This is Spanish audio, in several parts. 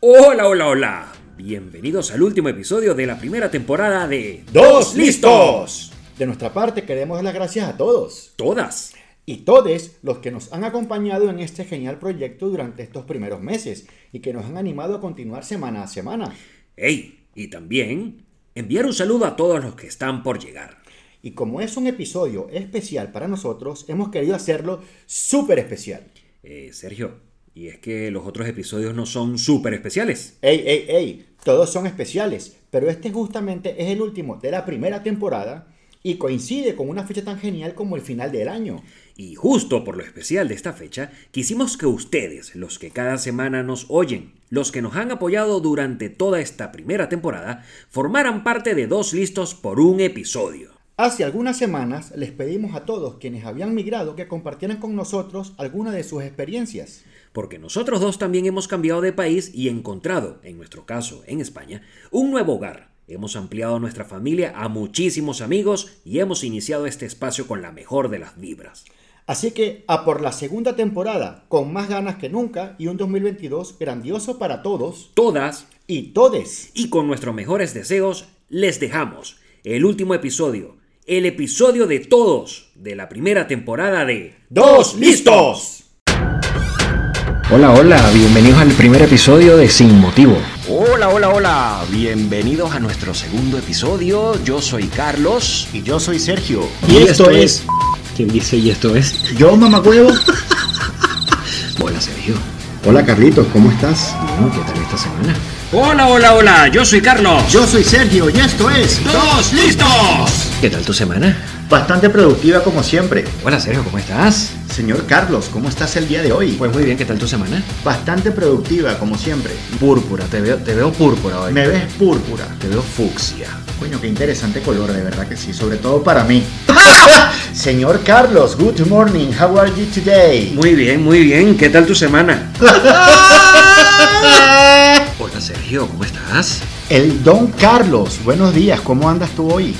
Hola, hola, hola. Bienvenidos al último episodio de la primera temporada de ¡Dos listos! De nuestra parte queremos dar las gracias a todos Todas. y todes los que nos han acompañado en este genial proyecto durante estos primeros meses y que nos han animado a continuar semana a semana. Hey, y también enviar un saludo a todos los que están por llegar. Y como es un episodio especial para nosotros, hemos querido hacerlo súper especial. Eh, Sergio, y es que los otros episodios no son súper especiales. ¡Ey, ey, ey! Todos son especiales, pero este justamente es el último de la primera temporada y coincide con una fecha tan genial como el final del año. Y justo por lo especial de esta fecha, quisimos que ustedes, los que cada semana nos oyen, los que nos han apoyado durante toda esta primera temporada, formaran parte de Dos Listos por un episodio. Hace algunas semanas les pedimos a todos quienes habían migrado que compartieran con nosotros alguna de sus experiencias. Porque nosotros dos también hemos cambiado de país y encontrado, en nuestro caso en España, un nuevo hogar. Hemos ampliado nuestra familia a muchísimos amigos y hemos iniciado este espacio con la mejor de las vibras. Así que a por la segunda temporada, con más ganas que nunca y un 2022 grandioso para todos Todas y todes. y con nuestros mejores deseos les dejamos el último episodio, el episodio de todos de la primera temporada de ¡Dos listos! Hola, hola, bienvenidos al primer episodio de Sin Motivo. Hola, hola, hola. Bienvenidos a nuestro segundo episodio. Yo soy Carlos. Y yo soy Sergio. Y esto es ¿Quién dice y esto es? Yo, mamacuevo. Hola, Sergio. Hola, Carlitos, ¿cómo estás? Bueno, Mm, ¿Qué tal esta semana? Hola, hola, hola, yo soy Carlos. Yo soy Sergio y esto es ¡Dos listos! ¿Qué tal tu semana? Bastante Productiva como siempre. Hola, Sergio, ¿cómo estás? Señor Carlos, ¿cómo estás el día de hoy? Pues muy bien, ¿qué tal tu semana? Bastante productiva como siempre. Púrpura, te veo, te veo púrpura hoy. Me ves púrpura. Te veo fucsia. Coño, qué interesante color, de verdad que sí, sobre todo para mí. Señor Carlos, good morning, how are you today? Muy bien, muy bien, ¿qué tal tu semana? Hola, Sergio, ¿cómo estás? El Don Carlos, buenos días, ¿cómo andas tú hoy?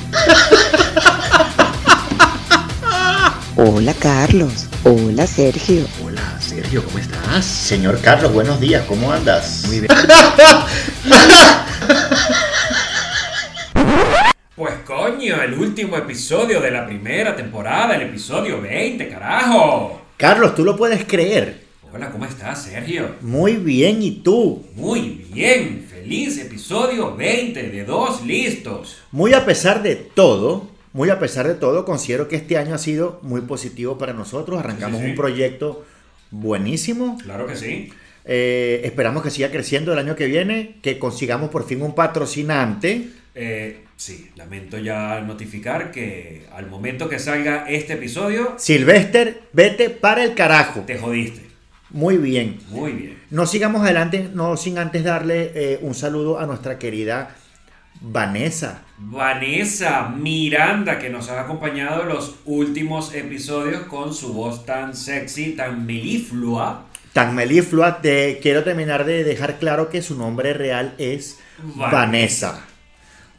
Hola Carlos, hola Sergio, Hola, Sergio, ¿cómo estás? Señor Carlos, buenos días, ¿cómo andas? Muy bien. Pues coño, el último episodio de la primera temporada, el episodio 20, carajo. Carlos, tú lo puedes creer. Hola, ¿cómo estás, Sergio? Muy bien, ¿y tú? Muy bien, feliz episodio 20 de Dos Listos. Muy a pesar de todo, muy a pesar de todo, considero que este año ha sido muy positivo para nosotros. Arrancamos Sí, sí. un proyecto buenísimo. Claro que sí. Eh, esperamos que siga creciendo el año que viene, que consigamos por fin un patrocinante. Eh, sí, lamento ya notificar que al momento que salga este episodio, Silvester, vete para el carajo. te jodiste. Muy bien. Muy bien. No sigamos adelante, no sin antes darle eh, un saludo a nuestra querida Vanessa. Vanessa Miranda, que nos ha acompañado en los últimos episodios con su voz tan sexy, tan meliflua. Tan meliflua, te quiero terminar de dejar claro que su nombre real es Vanessa.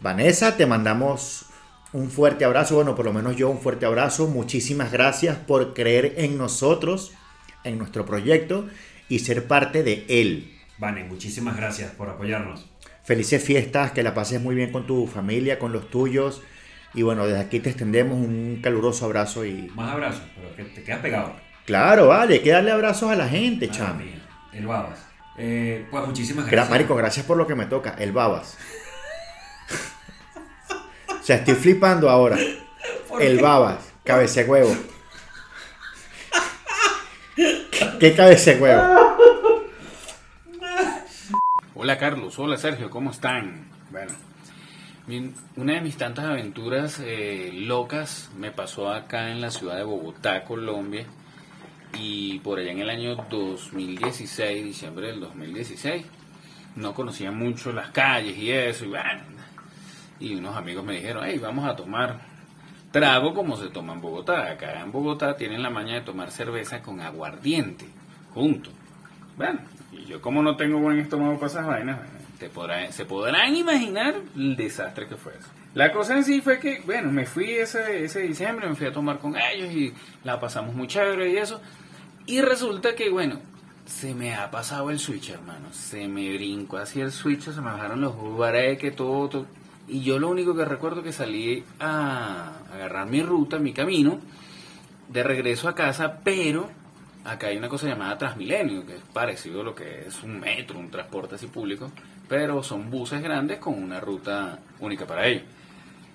Vanessa, te mandamos un fuerte abrazo, bueno, por lo menos yo un fuerte abrazo. Muchísimas gracias por creer en nosotros, en nuestro proyecto y ser parte de él. Vane, muchísimas gracias por apoyarnos. Felices fiestas, que la pases muy bien con tu familia, con los tuyos. Y bueno, desde aquí te extendemos un caluroso abrazo y... Más abrazos, pero que te quedas pegado. Claro, vale, hay que darle abrazos a la gente, Madre chamo. mía, El babas. Eh, pues muchísimas Gra- gracias. Marico, gracias por lo que me toca, el babas. o sea, estoy flipando ahora. ¿Por El qué? babas, cabece huevo. ¿Qué cabece huevo? Hola Carlos, hola Sergio, ¿cómo están? Bueno, mi- una de mis tantas aventuras eh, locas me pasó acá en la ciudad de Bogotá, Colombia, y por allá en el año 2016, diciembre del 2016, no conocía mucho las calles y eso, y bueno, y unos amigos me dijeron, hey, vamos a tomar trago como se toma en Bogotá. Acá en Bogotá tienen la maña de tomar cerveza con aguardiente, junto. Bueno, y yo como no tengo buen estómago para esas vainas, bueno, te podrán- se podrán imaginar el desastre que fue eso. La cosa en sí fue que, bueno, me fui ese, ese diciembre, me fui a tomar con ellos y la pasamos muy chévere y eso. Y resulta que, bueno, se me ha pasado el switch, hermano. Se me brincó así el switch, se me bajaron los que todo, todo. Y yo lo único que recuerdo que salí a agarrar mi ruta, mi camino, de regreso a casa, pero acá hay una cosa llamada Transmilenio, que es parecido a lo que es un metro, un transporte así público, pero son buses grandes con una ruta única para ellos.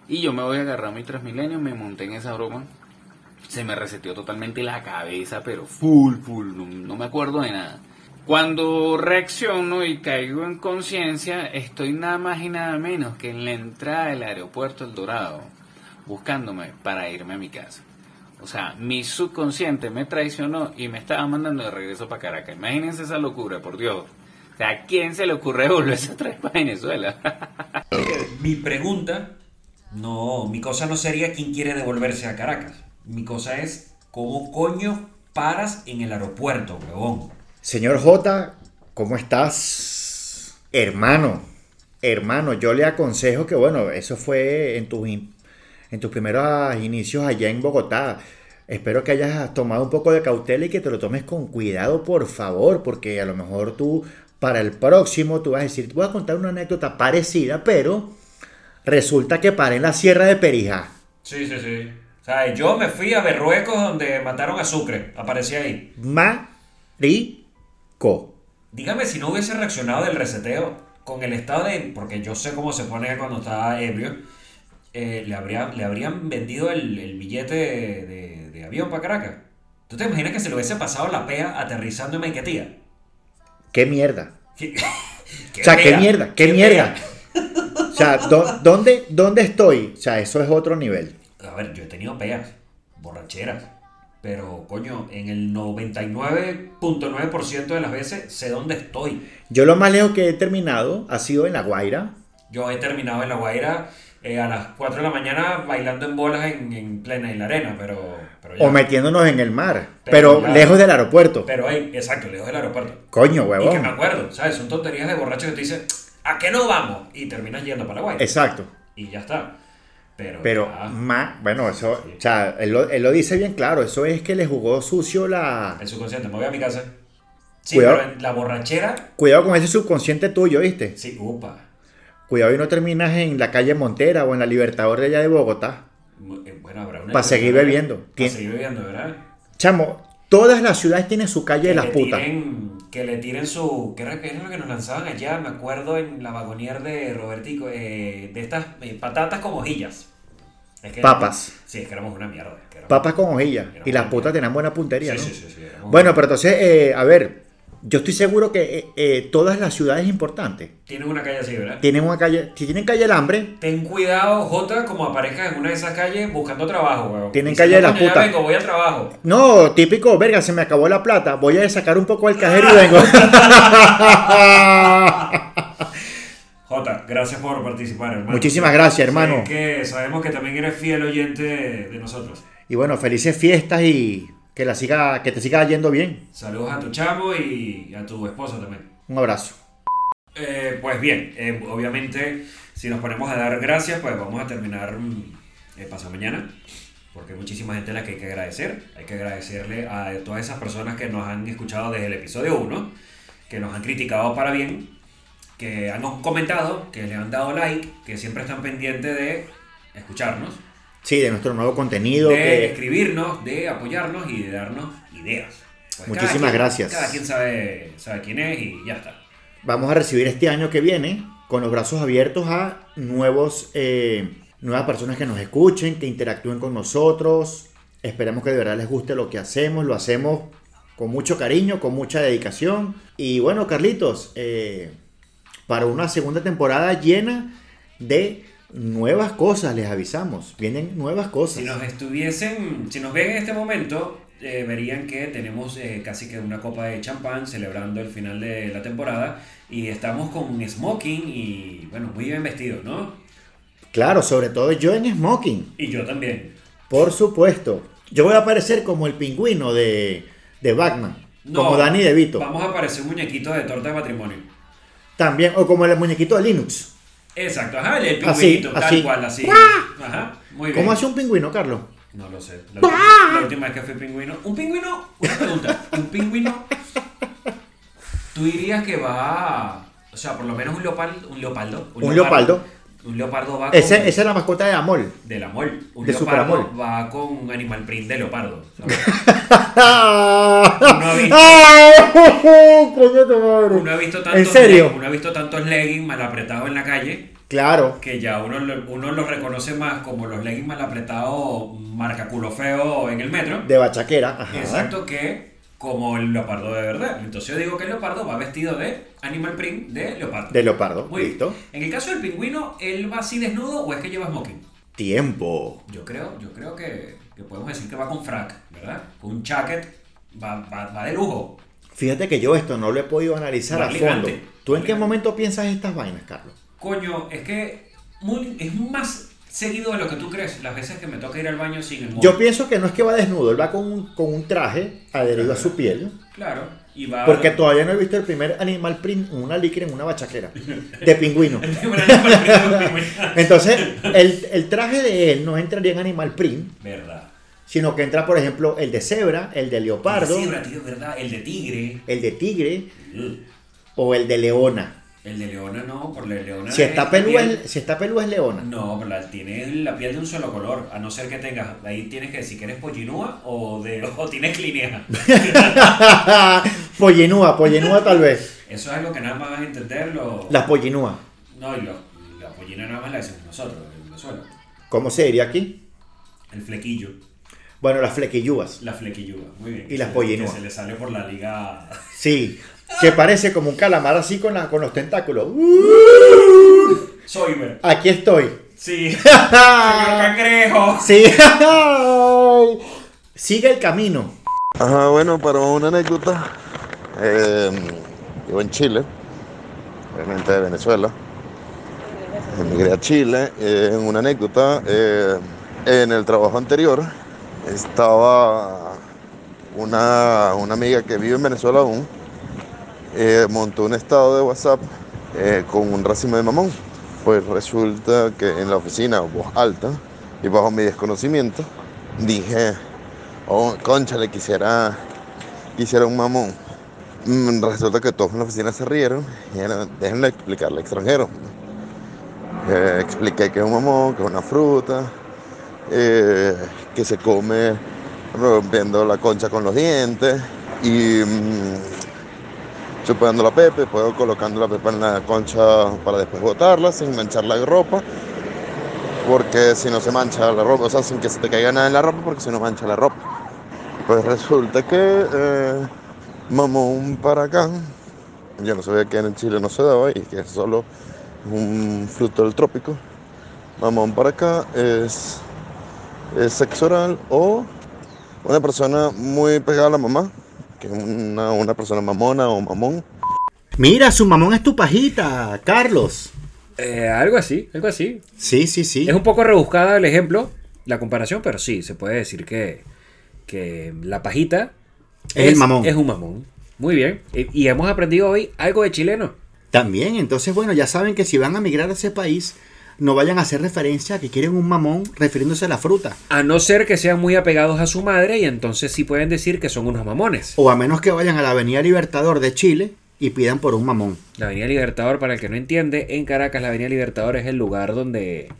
Y yo me voy a agarrar mi Transmilenio, me monté en esa broma, se me reseteó totalmente la cabeza, pero full, full, no, no me acuerdo de nada. Cuando reacciono y caigo en conciencia, estoy nada más y nada menos que en la entrada del aeropuerto El Dorado, buscándome para irme a mi casa. O sea, mi subconsciente me traicionó y me estaba mandando de regreso para Caracas. Imagínense esa locura, por Dios. O sea, ¿a quién se le ocurre volverse a traer para Venezuela? Mi pregunta, no, mi cosa no sería quién quiere devolverse a Caracas. Mi cosa es cómo coño paras en el aeropuerto, huevón. Señor J, ¿cómo estás? Hermano, hermano, yo le aconsejo que, bueno, eso fue en tus, in- en tus primeros inicios allá en Bogotá. Espero que hayas tomado un poco de cautela y que te lo tomes con cuidado, por favor, porque a lo mejor tú, para el próximo, tú vas a decir, voy a contar una anécdota parecida, pero resulta que paré en la Sierra de Perijá. Sí, sí, sí. O sea, yo me fui a Berruecos donde mataron a Sucre. Aparecí ahí. Marico. Dígame si no hubiese reaccionado del reseteo con el estado de... Porque yo sé cómo se pone cuando está ebrio. eh, le, habría, le habrían vendido el, el billete de, de- de avión para Caracas. ¿Tú te imaginas que se le hubiese pasado la pea aterrizando en Maiquetía? ¿Qué mierda? ¿Qué- qué o sea, qué pea? mierda, qué, mierda. O sea, do- ¿dónde, ¿dónde estoy? O sea, eso es otro nivel. A ver, yo he tenido peas, borracheras, pero coño, en el 99.9% de las veces sé dónde estoy. Yo lo más lejos que he terminado ha sido en La Guaira. Yo he terminado en La Guaira eh, a las 4 de la mañana bailando en bolas en, en plena y la arena, pero... pero ya. O metiéndonos en el mar. Pero Pero, claro. lejos del aeropuerto. Pero ahí, exacto, lejos del aeropuerto. Coño, Y que me huevón. acuerdo, ¿sabes? Son tonterías de borracho que te dicen, ¿a qué no vamos? Y terminas yendo para La Guaira. Exacto. Y ya está. Pero... Pero ya, más, bueno, eso, o sea, él lo, él lo dice bien claro. Eso es que le jugó sucio la. el subconsciente, me voy a mi casa. Sí, Cuidado. pero en la borrachera... Cuidado con ese subconsciente tuyo, ¿viste? Sí, upa. Cuidado y no terminas en la calle Montera o en la Libertador de allá de Bogotá. Eh, Bueno, habrá una. Pa' seguir bebiendo. Para Tien- seguir bebiendo, ¿verdad? Chamo, todas las ciudades tienen su calle de las le putas. tiren- que le tiren su. ¿Qué era, qué era lo que nos lanzaban allá? Me acuerdo en la vagonier de Robertico. eh, de estas eh, patatas con hojillas. Es que- Papas. Sí, es que éramos una mierda. es que éramos- Papas con hojillas. Y las putas tenían buena Sí, puntería, ¿no? sí, sí, sí, éramos- Bueno, pero entonces, eh, a ver, yo estoy seguro que eh, eh, todas las ciudades importantes Tienen una calle así, ¿verdad? tienen una calle, si tienen calle del hambre, Ten cuidado, Jota, como aparezcas en una de esas calles buscando trabajo, weón. Tienen Dice, calle de "No, las coño, ya putas". vengo, voy al trabajo. no, típico, verga, se me acabó la plata, voy a sacar un poco al cajero y vengo. Jota, gracias por participar, hermano. Muchísimas gracias, hermano. Sé que sabemos que también eres fiel oyente de nosotros. Y bueno, felices fiestas y que, la siga, que te siga yendo bien. Saludos a tu chamo y a tu esposa también. Un abrazo. Eh, pues bien, eh, obviamente, si nos ponemos a dar gracias, pues vamos a terminar mm, eh, pasado mañana, porque hay muchísima gente a la que hay que agradecer. Hay que agradecerle a todas esas personas que nos han escuchado desde el episodio 1, que nos han criticado para bien, que han comentado, que le han dado like, que siempre están pendientes de escucharnos, Sí, de nuestro nuevo contenido. de que- escribirnos, de apoyarnos y de darnos ideas. Pues cada Muchísimas quien- gracias. Cada quien sabe, sabe quién es y ya está. vamos a recibir este año que viene con los brazos abiertos a nuevos, eh, nuevas personas que nos escuchen, que interactúen con nosotros. Esperemos que de verdad les guste lo que hacemos. Lo hacemos con mucho cariño, con mucha dedicación. Y bueno, Carlitos, eh, para una segunda temporada llena de nuevas cosas, les avisamos. Vienen nuevas cosas. Si nos estuviesen, si nos ven en este momento, eh, verían que tenemos eh, casi que una copa de champán celebrando el final de la temporada y estamos con smoking y bueno, muy bien vestidos, ¿no? Claro, sobre todo yo en Smoking. Y yo también. Por supuesto. Yo voy a aparecer como el pingüino de, de Batman. No, como Danny DeVito. Vamos a parecer un muñequito de torta de matrimonio. También, o como el muñequito de Linux. Exacto, ajá, el Así, pingüinito, tal así. cual, así. Ajá, muy bien. ¿Cómo hace un pingüino, Carlos? No lo sé. La, última- la última vez que fui pingüino. Un pingüino, una pregunta. Un pingüino Tú dirías que va. O sea, por lo menos un leopardo. Un leopardo. Un leopardo. Un leopardo va con. Ese- esa es la mascota de Amol. Del Amol. Un de leopardo Superamol. va con un animal print de leopardo. ¿sabes? No ha visto. Coño tu madre. Uno ha visto tantos, ¿En serio? leg- Uno ha visto tantos leggings mal apretados en la calle Claro. que ya uno, lo- uno los reconoce más como los leggings mal apretados marca culo feo en el metro. De bachaquera. Ajá. Exacto, que como el leopardo de verdad. Entonces yo digo que el leopardo va vestido de animal print de leopardo. De leopardo. Muy bien. Listo. En el caso del pingüino, ¿él va así desnudo o es que lleva smoking? Tiempo. Yo creo, yo creo que, que podemos decir que va con frac, ¿verdad? Con un jacket, va, va, va de lujo. Fíjate que yo esto no lo he podido analizar Va a fondo. elegante. ¿Tú en Va qué elegante. momento piensas estas vainas, Carlos? Coño, es que muy- es más seguido de lo que tú crees las veces que me toca ir al baño sin el móvil. Yo pienso que no es que va desnudo, él va con un, con un traje adherido a su piel. Claro, y va... Porque todavía no he visto el primer animal print, una licra en una bachaquera. De pingüino. Entonces, el, el traje de él no entraría en animal print, Verdad. sino que entra, por ejemplo, el de cebra, el de leopardo, Sí, tío, verdad. El de tigre. el de tigre Ugh. o el de leona. El de Leona no, por la de Leona. Si es está pelúa piel- es, si está pelúa es leona. No, pero la, tiene la piel de un solo color, a no ser que tengas. Ahí tienes que decir que eres pollinúa o, de, o tienes clinea. pollinúa, pollinúa tal vez. Eso es algo que nada más vas a entender. Lo, Las pollinúa. No, y lo- la pollina nada más la decimos nosotros en Venezuela. ¿Cómo se diría aquí? El flequillo, Bueno, las flequillúas. la flequilluda, muy bien. Y las Que- pollinúas. Que se le sale por la liga. Sí, que parece como un calamar así con, la, con los tentáculos. Uh. Soyber. Aquí estoy. Sí. Señor cangrejo. Sí. Sigue el camino. Ajá, bueno, para una anécdota, eh, yo en Chile, obviamente de Venezuela, emigré a Chile, eh, en una anécdota, eh, en el trabajo anterior estaba una, una amiga que vive en Venezuela aún, eh, montó un estado de WhatsApp eh, con un racimo de mamón. Pues resulta que en la oficina, voz alta, y bajo mi desconocimiento, dije, oh, concha, le quisiera, quisiera un mamón. Mm, Resulta que todos en la oficina se rieron y era, déjenle explicarle extranjero. Eh, expliqué que es un mamón, que es una fruta, eh, que se come rompiendo la concha con los dientes y mm, chupando la pepa, y luego colocando la pepa en la concha para después botarla sin manchar la ropa, porque si no se mancha la ropa, o sea, sin que se te caiga nada en la ropa, porque si no mancha la ropa. Pues resulta que eh, mamón para acá, yo no sabía que en Chile no se daba y que es solo un fruto del trópico. Mamón para acá es, es sexo oral o una persona muy pegada a la mamá, que es una, una persona mamona o mamón. Mira, su mamón es tu pajita, Carlos. Eh, algo así, algo así. Sí, sí, sí. Es un poco rebuscada el ejemplo, la comparación, pero sí, se puede decir que, que la pajita Es el mamón. Es un mamón. Muy bien. Eh, Y, y hemos aprendido hoy algo de chileno. También, entonces, bueno, ya saben que si van a migrar a ese país, no vayan a hacer referencia a que quieren un mamón refiriéndose a la fruta. A no ser que sean muy apegados a su madre y entonces sí pueden decir que son unos mamones. O a menos que vayan a la Avenida Libertador de Chile y pidan por un mamón. La Avenida Libertador, para el que no entiende, en Caracas la Avenida Libertador es el lugar donde...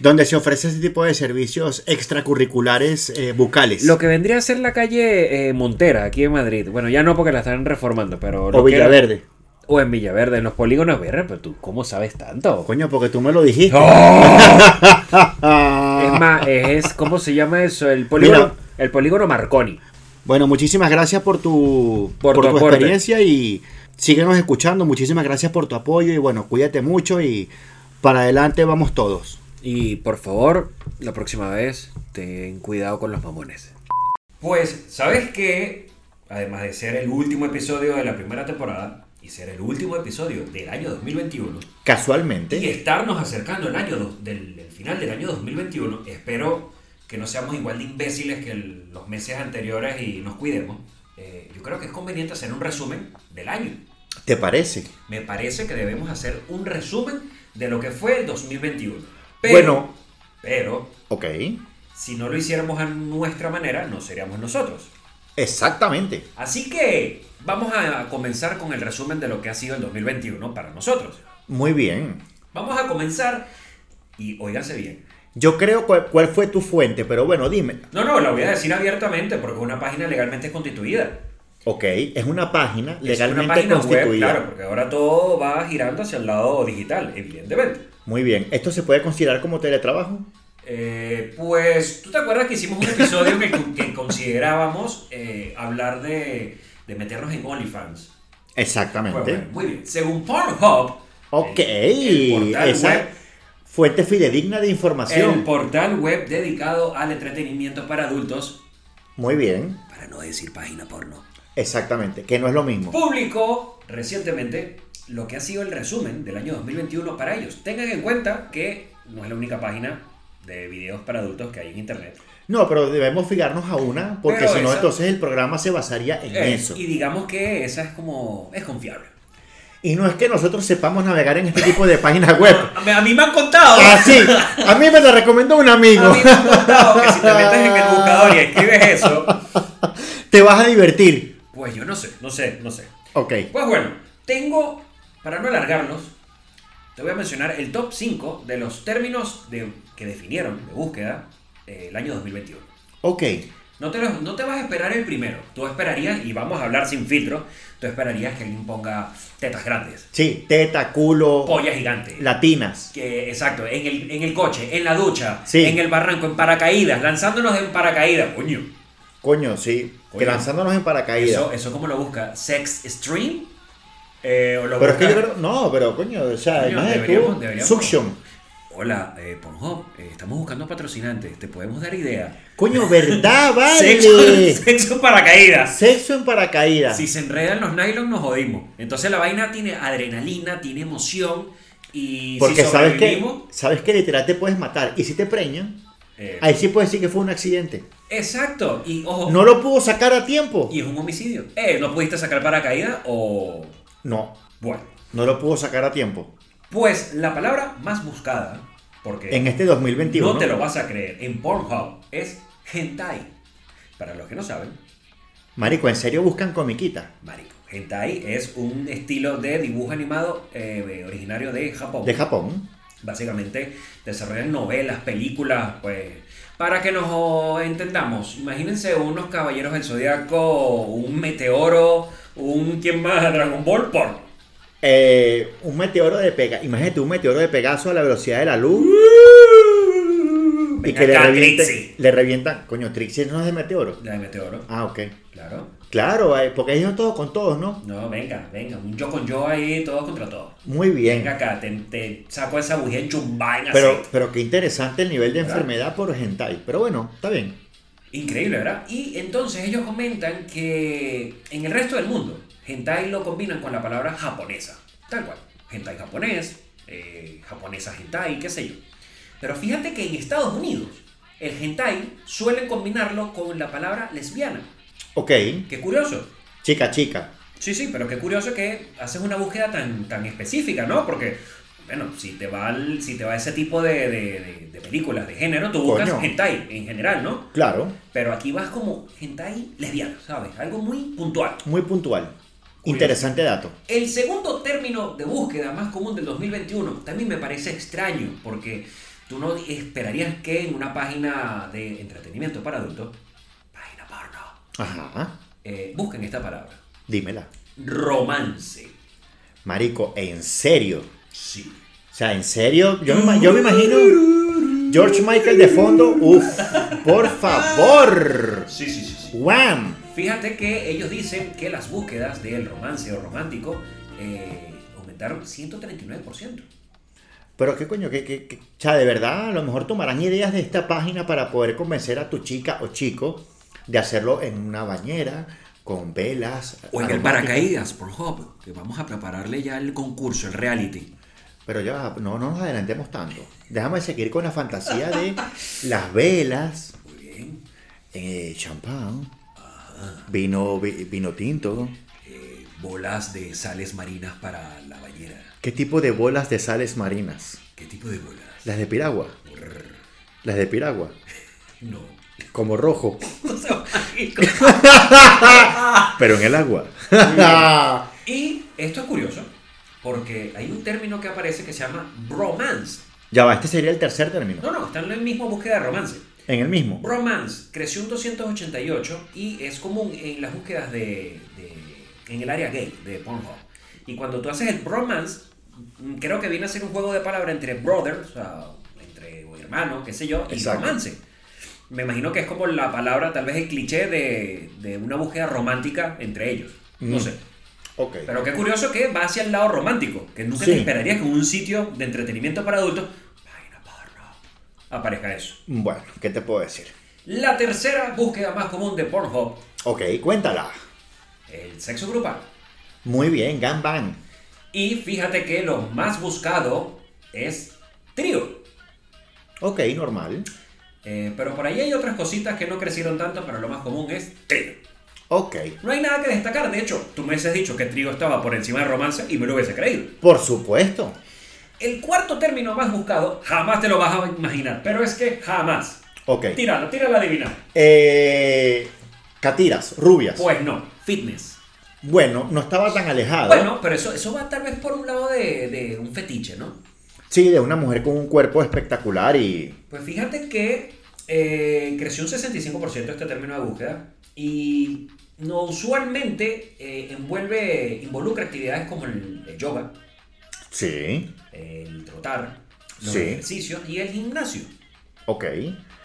Donde se ofrece ese tipo de servicios extracurriculares eh, bucales. Lo que vendría a ser la calle eh, Montera, aquí en Madrid. Bueno, ya no porque la están reformando, pero... lo o que era- Villaverde. O en Villaverde, en los polígonos verdes, pero tú, ¿cómo sabes tanto? Coño, porque tú me lo dijiste. Es más, es, ¿cómo se llama eso? El polígono, Mira. el polígono Marconi. Bueno, muchísimas gracias por tu, Por por tu tu aporte. experiencia y síguenos escuchando. Muchísimas gracias por tu apoyo y bueno, cuídate mucho y para adelante vamos todos. Y por favor, la próxima vez, ten cuidado con los mamones. Pues, ¿sabes qué? Además de ser el último episodio de la primera temporada y ser el último episodio del año 2021 y Casualmente. estarnos acercando el año dos- del, del final del año 2021, espero que no seamos igual de imbéciles que el- los meses anteriores y nos cuidemos. Eh, yo creo que es conveniente hacer un resumen del año. ¿Te parece? me parece que debemos hacer un resumen de lo que fue el 2021. Pero, Bueno. pero Ok. si no lo hiciéramos a nuestra manera, no seríamos nosotros. Exactamente. Así que vamos a comenzar con el resumen de lo que ha sido el 2021 para nosotros. Muy bien. Vamos a comenzar y óiganse bien. Yo creo cuál, cuál fue tu fuente, pero bueno, dime. No, no, lo voy a decir abiertamente porque es una página legalmente constituida. Ok, es una página Es legalmente una página constituida. web, claro, porque ahora todo va girando hacia el lado digital, evidentemente. Muy bien. ¿Esto se puede considerar como teletrabajo? Eh, pues, ¿tú te acuerdas que hicimos un episodio que, que considerábamos eh, hablar de, de meternos en OnlyFans? Pues, Exactamente. bueno, muy bien. Según Pornhub, ok. el, el portal Esa web, fuente fidedigna de el información. portal web dedicado al entretenimiento para adultos, Muy bien. para no decir página porno, Exactamente. Que no es lo mismo. publicó recientemente lo que ha sido el resumen del año 2021 para ellos. Tengan en cuenta que no es la única página de videos para adultos que hay en internet. No, pero debemos fijarnos a una, porque Pero si no, esa- entonces el programa se basaría en Eh, eso. Y digamos que esa es como. es confiable. Y no es que nosotros sepamos navegar en este tipo de páginas web. A mí me han contado. Así, a mí me lo recomendó un amigo. A mí me han contado que si te metes en el buscador y escribes eso, Te vas a divertir. pues yo no sé, no sé, no sé. Ok, Pues bueno, tengo, para no alargarlos, te voy a mencionar el top 5 de los términos de- que definieron de búsqueda eh, el año 2021. ok. No te, los- no te vas a esperar el primero. Tú esperarías, y vamos a hablar sin filtro, tú esperarías que alguien ponga tetas grandes, Sí, teta, culo, polla gigante. latinas. Que, exacto, en el, en el coche, en la ducha, Sí. en el barranco, en paracaídas, lanzándonos en paracaídas. Coño, Coño, sí. Coño. Que lanzándonos en paracaídas. eso, eso cómo lo busca, sex stream. Eh, o lo pero es que busca- yo creo. No, pero coño, o sea, Coño, imagínate deberíamos- tú, deberíamos. Suction. Hola, eh, Pornhub, eh, estamos buscando patrocinantes, te podemos dar idea. Coño, ¿verdad? Vale. Sexo, sexo en paracaídas. Sexo en paracaídas. Si se enredan los nylon nos jodimos. Entonces la vaina tiene adrenalina, tiene emoción y Porque si sabes que, sobrevivimos, sabes que literal te puedes matar. Y si te preñan, eh, ahí sí puedes decir que fue un accidente. exacto. Y ojo, No lo pudo sacar a tiempo. y es un homicidio. Eh, ¿no pudiste sacar paracaídas o No, bueno? no lo pudo sacar a tiempo. Pues la palabra más buscada, porque En este 2021. no te lo vas a creer, en Pornhub es hentai. Para los que no saben, Marico, ¿en serio buscan comiquita? marico, hentai es un estilo de dibujo animado eh, originario de Japón. De Japón. Básicamente desarrollan novelas, películas, pues. Para que nos oh, entendamos, imagínense unos caballeros del zodiaco, un meteoro, un quién más, Dragon Ball porno. Eh, un meteoro de Pegaso. Imagínate un meteoro de Pegaso a la velocidad de la luz. y Ven que le acá, revienta, Trixie. le revienta. Coño, Trixie no es de meteoro. La de meteoro, Ah, ok. claro. Claro, eh, porque ellos son todos con todos, ¿no? No, venga, venga, un yo con yo ahí, todo contra todo. Muy bien. Venga acá, te, te saco esa bujía en chumbá en Pero, aceite. pero qué interesante el nivel de ¿Verdad? enfermedad por hentai. Pero bueno, está bien. Increíble, ¿verdad? Y entonces ellos comentan que en el resto del mundo, hentai lo combinan con la palabra japonesa. Tal cual. Hentai japonés, eh, japonesa hentai, qué sé yo. Pero fíjate que en Estados Unidos, el hentai suelen combinarlo con la palabra lesbiana. Ok, Qué curioso. chica, chica. Sí, sí, pero qué curioso que haces una búsqueda tan, tan específica, ¿no? Porque, bueno, si te va, al- si te va ese tipo de, de- de- de películas de género, tú buscas Coño. hentai en general, ¿no? Claro, Pero aquí vas como hentai lesbiana, ¿sabes? Algo muy puntual. muy puntual. Interesante dato. El segundo término de búsqueda más común del 2021 también me parece extraño porque tú no esperarías que en una página de entretenimiento para adultos, página porno, Ajá, eh, busquen esta palabra. dímela. Romance. Marico, en serio. Sí. O sea, en serio, yo, me ima- yo me imagino George Michael de fondo. Uf, por favor. Sí, sí, sí, sí. Wham. Fíjate que ellos dicen que las búsquedas del romance o romántico eh, aumentaron 139%. Pero qué coño, que, que, que- o sea, de verdad, a lo mejor tomarán ideas de esta página para poder convencer a tu chica o chico de hacerlo en una bañera, con velas. O en el aromáticas. paracaídas, por Hub, que vamos a prepararle ya el concurso, el reality. Pero ya, va, no, no nos adelantemos tanto. Déjame seguir con la fantasía de las velas, Muy bien. eh, champán, vino, vi- vino tinto. Eh, bolas de sales marinas para la bañera. ¿Qué tipo de bolas de sales marinas? ¿Qué tipo de bolas? Las de piragua. Las de piragua. No. como rojo, O sea, marico. pero en el agua. y esto es curioso, porque hay un término que aparece que se llama bromance. ya va, este sería el tercer término. No, no, está en la misma búsqueda de romance. En el mismo. Romance creció en 288 y es común en las búsquedas de, de- en el área gay de Pornhub. Y cuando tú haces el romance, mm, creo que viene a ser un juego de palabras entre brothers, o sea, entre hermanos, qué sé yo, y Exacto. romance. Me imagino que es como la palabra, tal vez el cliché de, de una búsqueda romántica entre ellos. No Mm. sé. Ok. Pero qué curioso que va hacia el lado romántico, que nunca te Sí. esperarías que en un sitio de entretenimiento para adultos, página Pornhub, aparezca eso. Bueno, ¿qué te puedo decir? La tercera búsqueda más común de Pornhub, Ok, cuéntala. el sexo grupal. Muy bien, Ganban. Y fíjate que lo más buscado es trío. Ok, normal. Eh, pero por ahí hay otras cositas que no crecieron tanto, pero lo más común es trío. Ok. No hay nada que destacar, de hecho, tú me hubieses dicho que trío estaba por encima de romance y me lo hubiese creído. Por supuesto. El cuarto término más buscado jamás te lo vas a imaginar, pero es que jamás. Ok. Tíralo, tíralo a adivinar. Eh, catiras, rubias. Pues no, fitness. Bueno, no estaba tan alejado. Bueno, pero eso, eso va tal vez por un lado de, de un fetiche, ¿no? Sí, de una mujer con un cuerpo espectacular y... Pues fíjate que eh, creció un 65% este término de búsqueda y no usualmente eh, envuelve, involucra actividades como el, el yoga, Sí, el trotar, los Sí. ejercicios y el gimnasio. ok.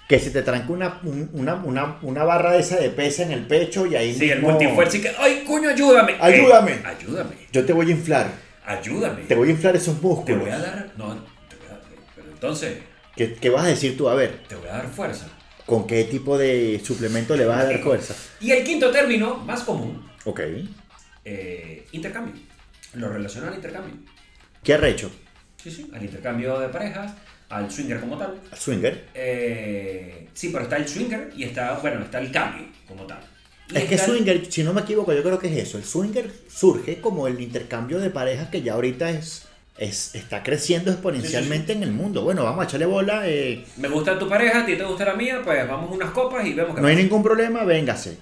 Que se te tranca una, un- una, una, una barra de esa de pesa en el pecho y ahí Sí, el mismo- multifuerza y que, ¡ay, coño, ayúdame! Eh, Ayúdame. ayúdame, Yo te voy a inflar. ayúdame. Te voy a inflar esos Te músculos. voy a dar... No, te voy a dar... Pero entonces, ¿Qué, qué vas a decir tú? A ver, te voy a dar fuerza. ¿con qué tipo de suplemento le vas a dar fuerza? Y el quinto término, más común, Ok. eh, intercambio. Lo relaciona al intercambio. ¿Qué arrecho? Sí, sí, al intercambio de parejas, al swinger como tal. ¿Swinger? Eh, sí, pero está el swinger y está, bueno, está el cambio como tal. Y Es que está el- swinger, si no me equivoco, yo creo que es eso. El swinger surge como el intercambio de parejas que ya ahorita es, es está creciendo exponencialmente en el mundo. Bueno, vamos a echarle bola. eh, Me gusta tu pareja, a ti te gusta la mía, pues vamos a unas copas y vemos qué no hay pasa. ningún problema, véngase.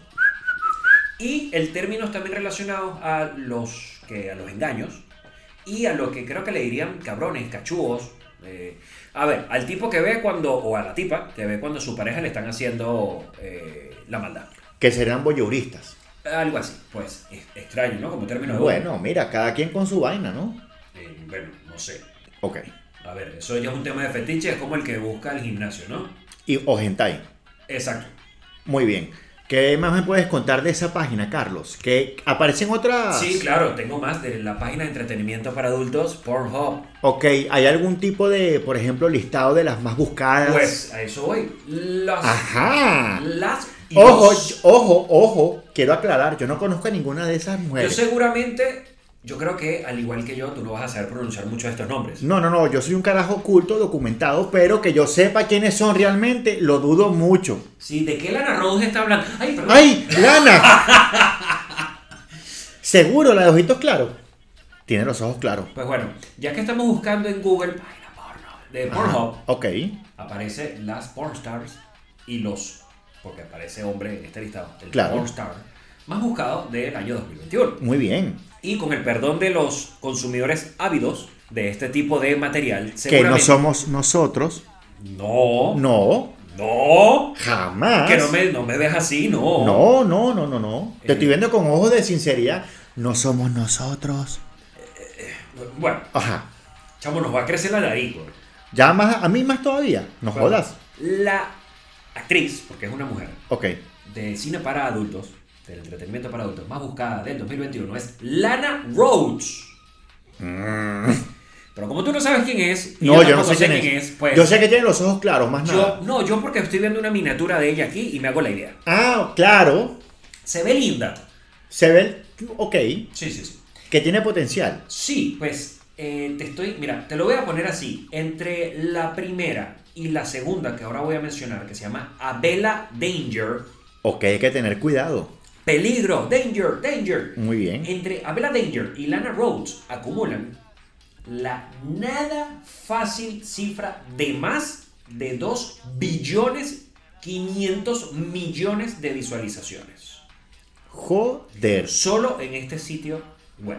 Y el término es también relacionado a los, que, a los engaños y a lo que creo que le dirían cabrones, cachúos. eh, a ver, al tipo que ve cuando, o a la tipa, que ve cuando a su pareja le están haciendo eh, la maldad. Que serán voyeuristas. Algo así, pues es extraño, ¿no? Como término de Bueno, mira, cada quien con su vaina, ¿no? Eh, bueno, no sé. Ok. A ver, eso ya es un tema de fetiche, es como el que busca el gimnasio, ¿no? Y, o hentai. Exacto. Muy bien. ¿Qué más me puedes contar de esa página, Carlos? Que aparecen otras. Sí, claro, tengo más de la página de entretenimiento para adultos, Pornhub. Ok, ¿hay algún tipo de, por ejemplo, listado de las más buscadas? Pues a eso voy. Las. Ajá. Las. y Ojo, los- yo- ojo, ojo, quiero aclarar, yo no conozco a ninguna de esas Yo mujeres. seguramente, yo creo que al igual que yo, tú no vas a saber pronunciar muchos de estos nombres. No, no, no, yo soy un carajo oculto, documentado, pero que yo sepa quiénes son realmente, lo dudo mucho. Sí, ¿de qué Lana Rhodes está hablando? Ay, perdón. ¡Ay, Lana! Seguro, la de ojitos claros. Tiene los ojos claros. Pues bueno, ya que estamos buscando en Google página porno de Pornhub, Ajá, Ok, aparece las pornstars y los, porque aparece hombre en este listado, el Claro. pornstar más buscado del año 2021. muy bien. Y con el perdón de los consumidores ávidos de este tipo de material, Que no seguramente... somos nosotros. No, no, No, no, jamás. que no me, no me ves así, no. No, no, no, no, no. Eh. Te estoy viendo con ojos de sinceridad. No somos nosotros. Bueno, Ajá. chamo, nos va a crecer la nariz, güey. Ya más, a mí más todavía. No jodas. La actriz, porque es una mujer, Ok. de cine para adultos, del entretenimiento para adultos más buscada del 2021 es Lana Rhodes. Pero como tú no sabes quién es, y Mm. No, yo no tampoco sé quién es. pues Yo sé que tiene los ojos claros, más yo- nada. no, yo porque estoy viendo una miniatura de ella aquí y me hago la idea. Ah, claro. Se ve linda. Se ve. el- Ok. Sí, sí, sí. Que tiene potencial. Sí, pues eh, te estoy, mira, te lo voy a poner así, entre la primera y la segunda que ahora voy a mencionar, que se llama Abela Danger, Ok, hay que tener cuidado. peligro, danger, danger. Muy bien. Entre Abela Danger y Lana Rhodes acumulan la nada fácil cifra de más de 2 billones 500 millones de visualizaciones. Joder. Solo en este sitio web.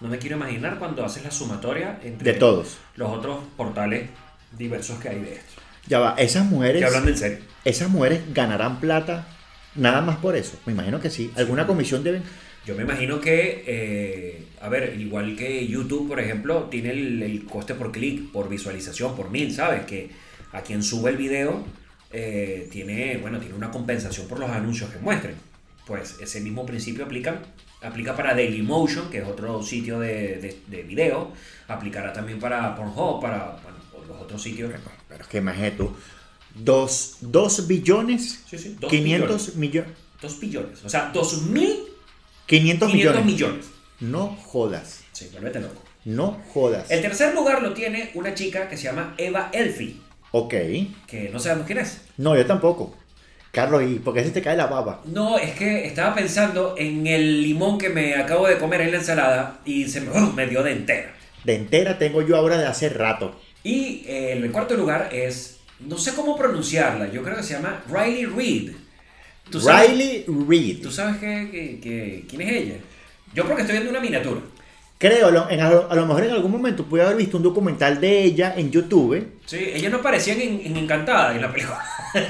No me quiero imaginar cuando haces la sumatoria entre De todos. los otros portales diversos que hay de esto. Ya va, esas mujeres. Que hablan en serio. Esas mujeres ganarán plata nada más por eso. Me imagino que sí. Alguna comisión deben. Yo me imagino que, eh, a ver, igual que YouTube, por ejemplo, tiene el, el coste por clic, por visualización, por mil, ¿sabes? Que a quien sube el video eh, tiene, bueno, tiene una compensación por los anuncios que muestren. Pues ese mismo principio aplica, aplica para Dailymotion, que es otro sitio de, de- de video, aplicará también para Pornhub, para bueno, los otros sitios. Pero es que imagínate tú. Dos, dos billones. Sí, sí, dos 500 millones. Dos billones, o sea, dos mil 500 millones. 500 millones. No jodas. Sí, vuélvete loco. No jodas. El tercer lugar lo tiene una chica que se llama Eva Elfi, Ok. que no sabemos quién es. No, yo tampoco. Carlos, ¿y por qué se te cae la baba? No, es que estaba pensando en el limón que me acabo de comer en la ensalada y se me, ¡Ugh! me dio de entera. De entera tengo yo ahora de hace rato. Y eh, el cuarto lugar es, no sé cómo pronunciarla, yo creo que se llama Riley Reed. ¿Tú sabes, Riley Reed. ¿Tú sabes que, que- que- quién es ella? Yo porque estoy viendo una miniatura. Creo, a lo- en- a lo, a lo mejor en algún momento pude haber visto un documental de ella en YouTube. Sí, ellas no parecían en, en Encantada en la película.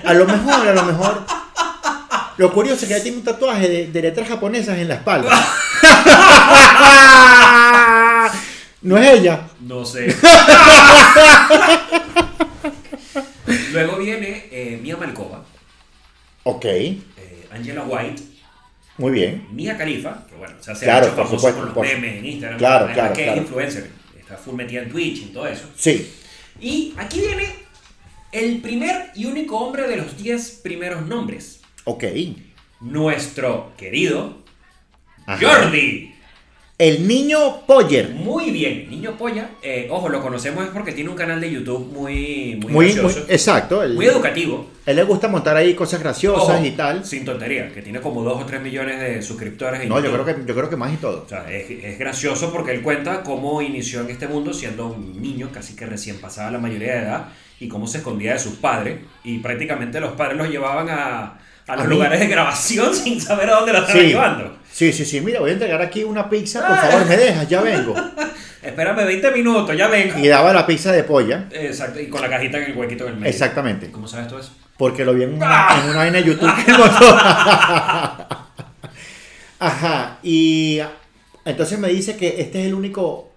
A lo mejor, a lo mejor. Lo curioso es que ella tiene un tatuaje de, de letras japonesas en la espalda. no es ella. No sé. Luego viene eh, Mia Malkova, Ok, eh, Angela White, muy bien. Mia Khalifa, que bueno, se hace Claro, mucho por famoso supuesto, con los por memes en Instagram, claro, además claro, que claro. es influencer, está full metida en Twitch y en todo eso. Sí. Y aquí viene el primer y único hombre de los 10 primeros nombres, Ok. nuestro querido Ajá. Jordi. El niño Poller. Muy bien, niño polla. Eh, ojo, lo conocemos es porque tiene un canal de YouTube muy, muy, Muy, muy- gracioso, muy, exacto. él- educativo. él le gusta montar ahí cosas graciosas Ojo, y tal. Sin tontería, que tiene como 2 o 3 millones de suscriptores. en No, yo YouTube. creo que, yo creo que más y todo. O sea, es, es gracioso porque él cuenta cómo inició en este mundo siendo un niño, casi que recién pasada la mayoría de edad, y cómo se escondía de sus padres. Y prácticamente los padres los llevaban a, a los mí? lugares de grabación sin saber a dónde los estaban Sí. llevando. sí, sí, sí. Mira, voy a entregar aquí una pizza. Ah. Por favor, me dejas, ya vengo. Espérame 20 minutos, ya vengo. Y daba la pizza de polla. Exacto, y con la cajita en el huequito del medio. Exactamente. ¿Cómo sabes todo eso? Porque lo vi en ¡Ah! una, en una vaina de YouTube que mostró. Ajá. Y entonces me dice que este es el único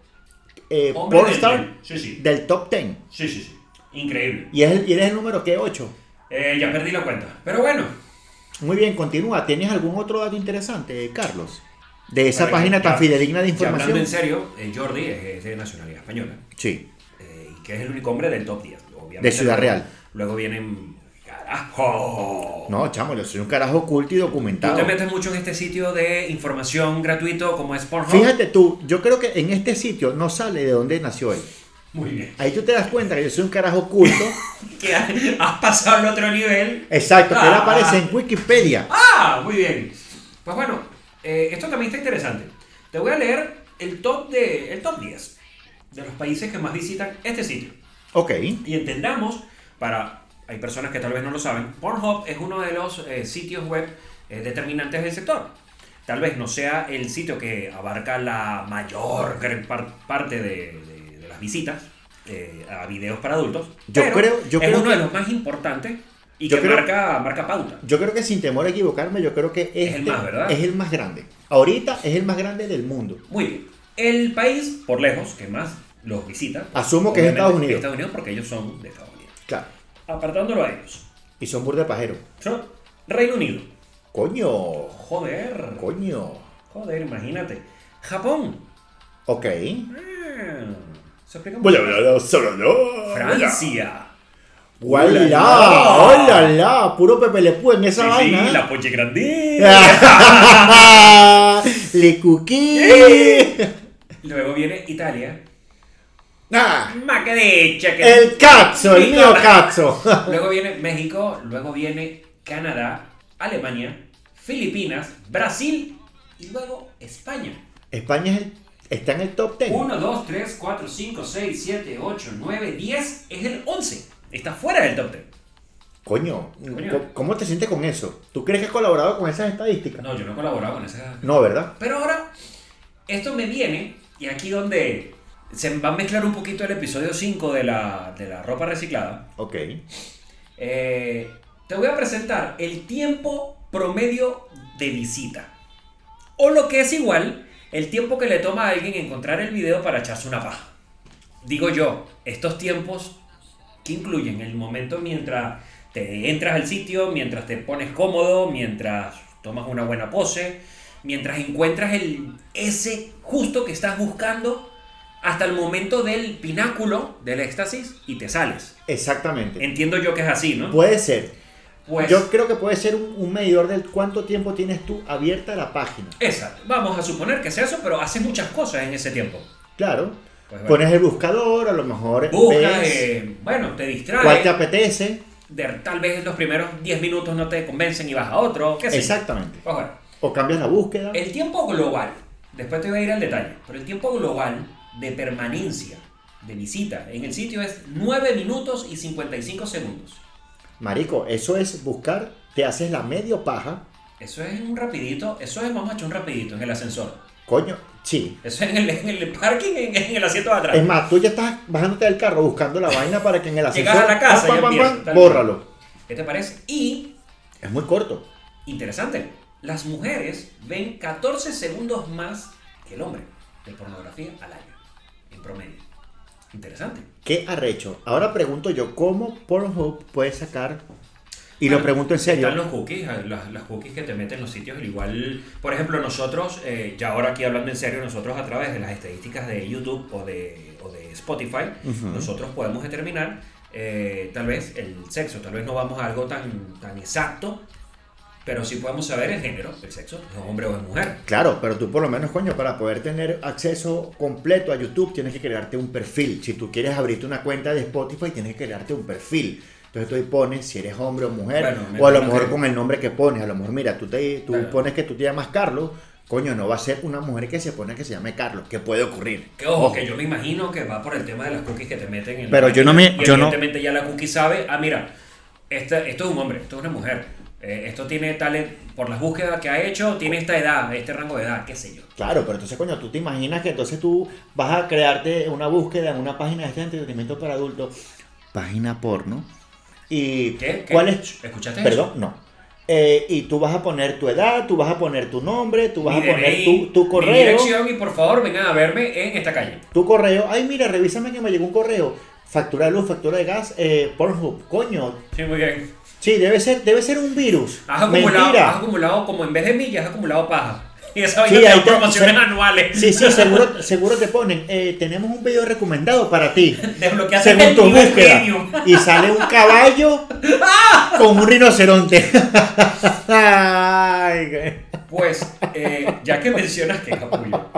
eh, Hombre del pornstar bien. Sí, sí. del top 10. Sí, sí, sí. Increíble. Y, es el- y eres el número que 8. Eh, ya perdí la cuenta. Pero bueno, Muy bien, continúa. ¿Tienes algún otro dato interesante, Carlos? De esa Para que- página ya- tan fidedigna de ya hablando información. en serio, eh, Jordi es, es de nacionalidad española. Sí. eh, y que es el único hombre del top 10. Obviamente, De Ciudad luego- Real. Luego vienen. ¡Carajo! No, chamo, yo soy un carajo culto y Tú documentado. te metes mucho en este sitio de información gratuito como es Pornhub. Fíjate tú, yo creo que en este sitio no sale de dónde nació él. Muy bien. Ahí tú te das cuenta que yo soy un carajo culto. Que has pasado al otro nivel. Exacto, que él Ah. aparece en Wikipedia. ¡Ah! Muy bien. Pues bueno, eh, esto también está interesante. Te voy a leer el top, de, el top 10 de los países que más visitan este sitio. Ok, Y entendamos, para hay personas que tal vez no lo saben, Pornhub es uno de los eh, sitios web eh, determinantes del sector. Tal vez no sea el sitio que abarca la mayor gran par- parte de, de- de las visitas eh, a videos para adultos. Yo pero creo- yo es creo uno que- de los más importantes y Yo que creo- marca, marca pauta. yo creo que sin temor a equivocarme, yo creo que este el más, ¿verdad? es el más grande. Ahorita es el más grande del mundo. Muy bien. El país, por lejos, que más los visita. pues, Asumo que es obviamente, Estados Unidos. Estados Unidos porque ellos son de Estados Unidos. Claro. Apartándolo a ellos. Y son burda de pajero. Son Reino Unido. Coño, Joder. coño. Joder, imagínate. Japón. Ok. Ah, se explica Hola, mucho. hola, hola, solo no. Francia. Hola, Hola, hola, hola. Puro Pepe Le Pú en esa Sí, sí, vaina. ¿eh? la poche grande. Le cuquí. Eh. Luego viene Italia. Ah, Ma que derecha que- el cazzo, el mío cazzo. Luego viene México, luego viene Canadá, Alemania, Filipinas, Brasil y luego España. España es el- está en el top 10. 1, 2, 3, 4, 5, 6, 7, 8, 9, 10 es el 11. Está fuera del top 10. Coño, Coño. ¿cómo- ¿cómo te sientes con eso? ¿Tú crees que has colaborado con esas estadísticas? No, yo no he colaborado con esa. No, ¿verdad? Pero ahora, esto me viene, y aquí donde se va a mezclar un poquito el episodio 5 de la, de la ropa reciclada. Ok. Eh, te voy a presentar el tiempo promedio de visita. O lo que es igual, el tiempo que le toma a alguien encontrar el video para echarse una paja. Digo yo, estos tiempos que incluyen el momento mientras te entras al sitio, mientras te pones cómodo, mientras tomas una buena pose, mientras encuentras el, ese justo que estás buscando, hasta el momento del pináculo del éxtasis y te sales. Exactamente. Entiendo yo que es así, ¿no? Puede ser. Pues, Yo creo que puede ser un, un medidor del cuánto tiempo tienes tú abierta la página. exacto. Vamos a suponer que sea eso, pero haces muchas cosas en ese tiempo. Claro. Pues bueno. Pones el buscador, a lo mejor Buscas, ves eh, bueno, te cuál te distraes. apetece. de- tal vez los primeros 10 minutos no te convencen y vas a otro, qué sé yo. Exactamente. Pues bueno, O cambias la búsqueda. el tiempo global, después te voy a ir al detalle, pero el tiempo global de permanencia, de visita en el sitio es 9 minutos y 55 segundos. Marico, eso es buscar, te haces la medio paja. Eso es un rapidito, eso es, vamos a echar un rapidito en el ascensor. Coño, sí. Eso es en el, en el parking, en, en el asiento de atrás. Es más, tú ya estás bajándote del carro buscando la vaina para que en el ascensor... Llegas a la casa pam, y pam, empiezas, pam, tal cual. bórralo. ¿Qué te parece? Y Es muy corto. Interesante. Las mujeres ven 14 segundos más que el hombre de pornografía al año, en promedio. Interesante. Qué arrecho. Ahora pregunto yo, ¿cómo Pornhub puede sacar? Y lo Bueno, pregunto en serio. Están los cookies, eh, las, las cookies que te meten en los sitios. al Igual, por ejemplo, nosotros, eh, ya ahora aquí hablando en serio, nosotros a través de las estadísticas de YouTube o de, o de Spotify, nosotros podemos determinar eh, tal vez el sexo. Tal vez no vamos a algo tan, tan exacto, pero sí podemos saber el género, el sexo, es hombre o es mujer. Claro, pero tú por lo menos, coño, para poder tener acceso completo a YouTube tienes que crearte un perfil. Si tú quieres abrirte una cuenta de Spotify tienes que crearte un perfil. Entonces tú ahí pones si eres hombre o mujer, Bueno, me o a lo imagino mejor que- con el nombre que pones. A lo mejor, mira, tú, te, tú Claro. pones que tú te llamas Carlos, coño, no va a ser una mujer que se pone que se llame Carlos, que puede ocurrir. Que ojo, que yo me imagino que va por el tema de las cookies que te meten en la Pero yo no máquina, me- y yo no- evidentemente ya la cookie sabe, ah, mira, esta- esto es un hombre, esto es una mujer. eh, esto tiene tal, por las búsquedas que ha hecho, tiene esta edad, este rango de edad, qué sé yo. Claro, pero entonces, coño, tú te imaginas que entonces tú vas a crearte una búsqueda en una página de este entretenimiento para adultos, página porno, y ¿Qué? ¿Qué? cuál es... ¿Escuchaste Perdón, no. Eh, y tú vas a poner tu edad, tú vas a poner tu nombre, tú vas Mi a poner DNI, tu, tu mi correo. dirección y por favor vengan a verme en esta calle. Tu correo. Ay, mira, revísame que me llegó un correo. Factura de luz, factura de gas, eh, Pornhub. Coño. Sí, muy bien. Sí, debe ser, debe ser un virus. Has acumulado, has Mentira. acumulado como en vez de millas, has acumulado paja. Y esa Sí, vaina te ahí dan te- promociones se- anuales. Sí, sí, seguro, seguro te ponen. eh, tenemos un video recomendado para ti. Desbloqueaste Según el tus nivel búsquedas. premium. Y sale un caballo con un rinoceronte. Ay, güey. Pues, eh, ya que mencionas que capullo,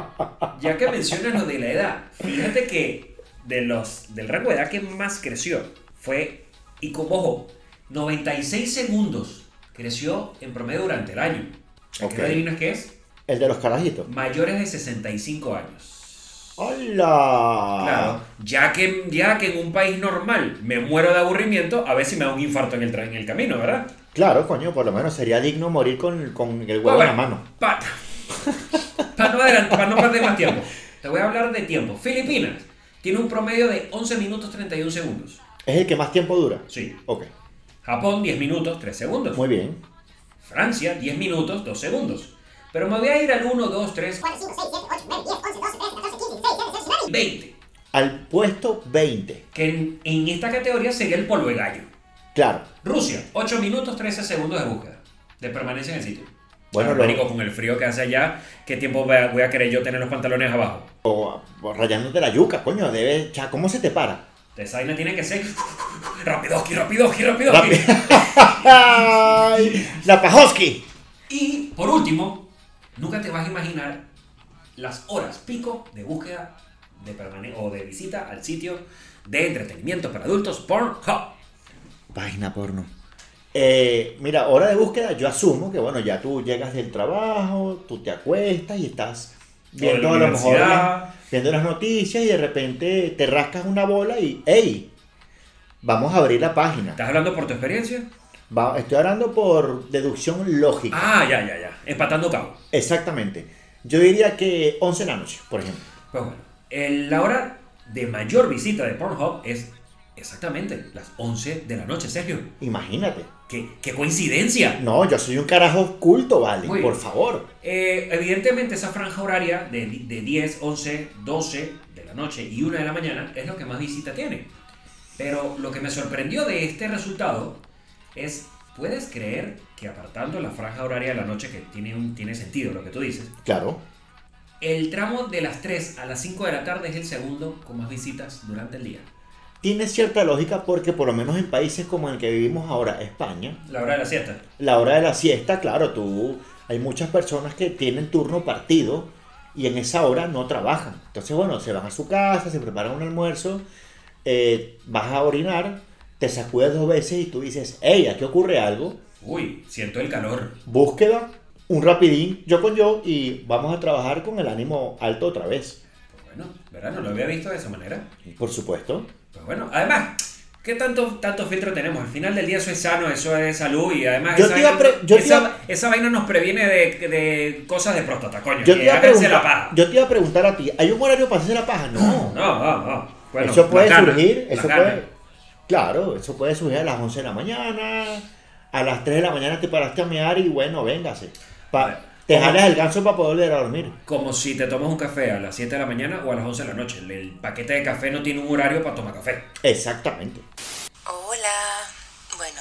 ya que mencionas lo de la edad, fíjate que de los, del rango de edad que más creció fue, y como ojo, 96 segundos creció en promedio durante el año. ¿A Ok. ¿Qué adivinas qué es? El de los carajitos. Mayores de 65 años. ¡Hola! Claro, ya que, ya que en un país normal me muero de aburrimiento, a ver si me da un infarto en el, tra- en el camino, ¿verdad? Claro, coño, por lo menos sería digno morir con, con el huevo Bueno, en la mano. Para no, adelant- pa no perder más tiempo. Te voy a hablar de tiempo. Filipinas tiene un promedio de 11 minutos 31 segundos. Es el que más tiempo dura. Sí. Ok, Japón 10 minutos 3 segundos. muy bien. Francia 10 minutos 2 segundos. Pero me voy a ir al 1, 2, 3, 20. Al puesto 20. Que en, en esta categoría sería el polvo de gallo. Claro. Rusia 8 minutos 13 segundos de búsqueda. De permanencia en el sitio. Bueno, Ah, lo- marico, con el frío que hace allá, ¿qué tiempo voy a, voy a querer yo tener los pantalones abajo? O, o rayándote la yuca, coño, debe. cha, ¿Cómo se te para? Esa vaina tiene que ser rápido, rápido, rápido, Rápido. Ay, la Pajoski. Y por último, nunca te vas a imaginar las horas pico de búsqueda de permane- o de visita al sitio de entretenimiento para adultos Pornhub. Página porno. Eh, mira, hora de búsqueda, yo asumo que bueno, ya tú llegas del trabajo, tú te acuestas y estás viendo la a lo mejor universidad. las- viendo las noticias y de repente te rascas una bola y ¡ey! Vamos a abrir la página. ¿Estás hablando por tu experiencia? Va- estoy hablando por deducción lógica. Ah, ya, ya, ya. Empatando cabo. Exactamente. Yo diría que 11 nanos, por ejemplo. Pues bueno, el- la hora de mayor visita de Pornhub es exactamente las 11 de la noche, Sergio. Imagínate. ¡Qué, qué coincidencia! No, yo soy un carajo culto, vale. Muy por bien. favor. Eh, evidentemente esa franja horaria de, di- de 10, 11, 12 de la noche y 1 de la mañana es lo que más visita tiene. Pero lo que me sorprendió de este resultado es, ¿puedes creer que apartando la franja horaria de la noche, que tiene, un, tiene sentido lo que tú dices, Claro. el tramo de las 3 a las 5 de la tarde es el segundo con más visitas durante el día? Tiene cierta lógica porque por lo menos en países como el que vivimos ahora, España, La hora de la siesta. la hora de la siesta, claro, tú hay muchas personas que tienen turno partido y en esa hora no trabajan. Entonces, bueno, se van a su casa, se preparan un almuerzo, eh, vas a orinar, te sacudes dos veces y tú dices, hey, aquí ocurre algo, Uy, siento el calor. búsqueda, un rapidín, yo con yo y vamos a trabajar con el ánimo alto otra vez. Pues bueno, ¿verdad? No lo había visto de esa manera. Por supuesto. Pues bueno, además, ¿qué tanto, tanto filtro tenemos? Al final del día eso es sano, eso es salud y además Yo esa, te iba a vaina, pre- yo te esa- iba- esa vaina nos previene de, de cosas de próstata, coño. Yo que te, iba a háganse preguntar- la paja. yo te iba a preguntar a ti, ¿hay un horario para hacer la paja? No. No, no, no. Bueno, eso puede las ganas, surgir, las eso ganas. puede, claro, eso puede surgir a las 11 de la mañana, a las 3 de la mañana te paraste a mear y bueno, véngase. Pa- A ver, te ¿cómo? jalas el ganso para poder volver a dormir. Como si te tomas un café a las 7 de la mañana o a las 11 de la noche. El, el paquete de café no tiene un horario para tomar café. Exactamente. Hola, bueno,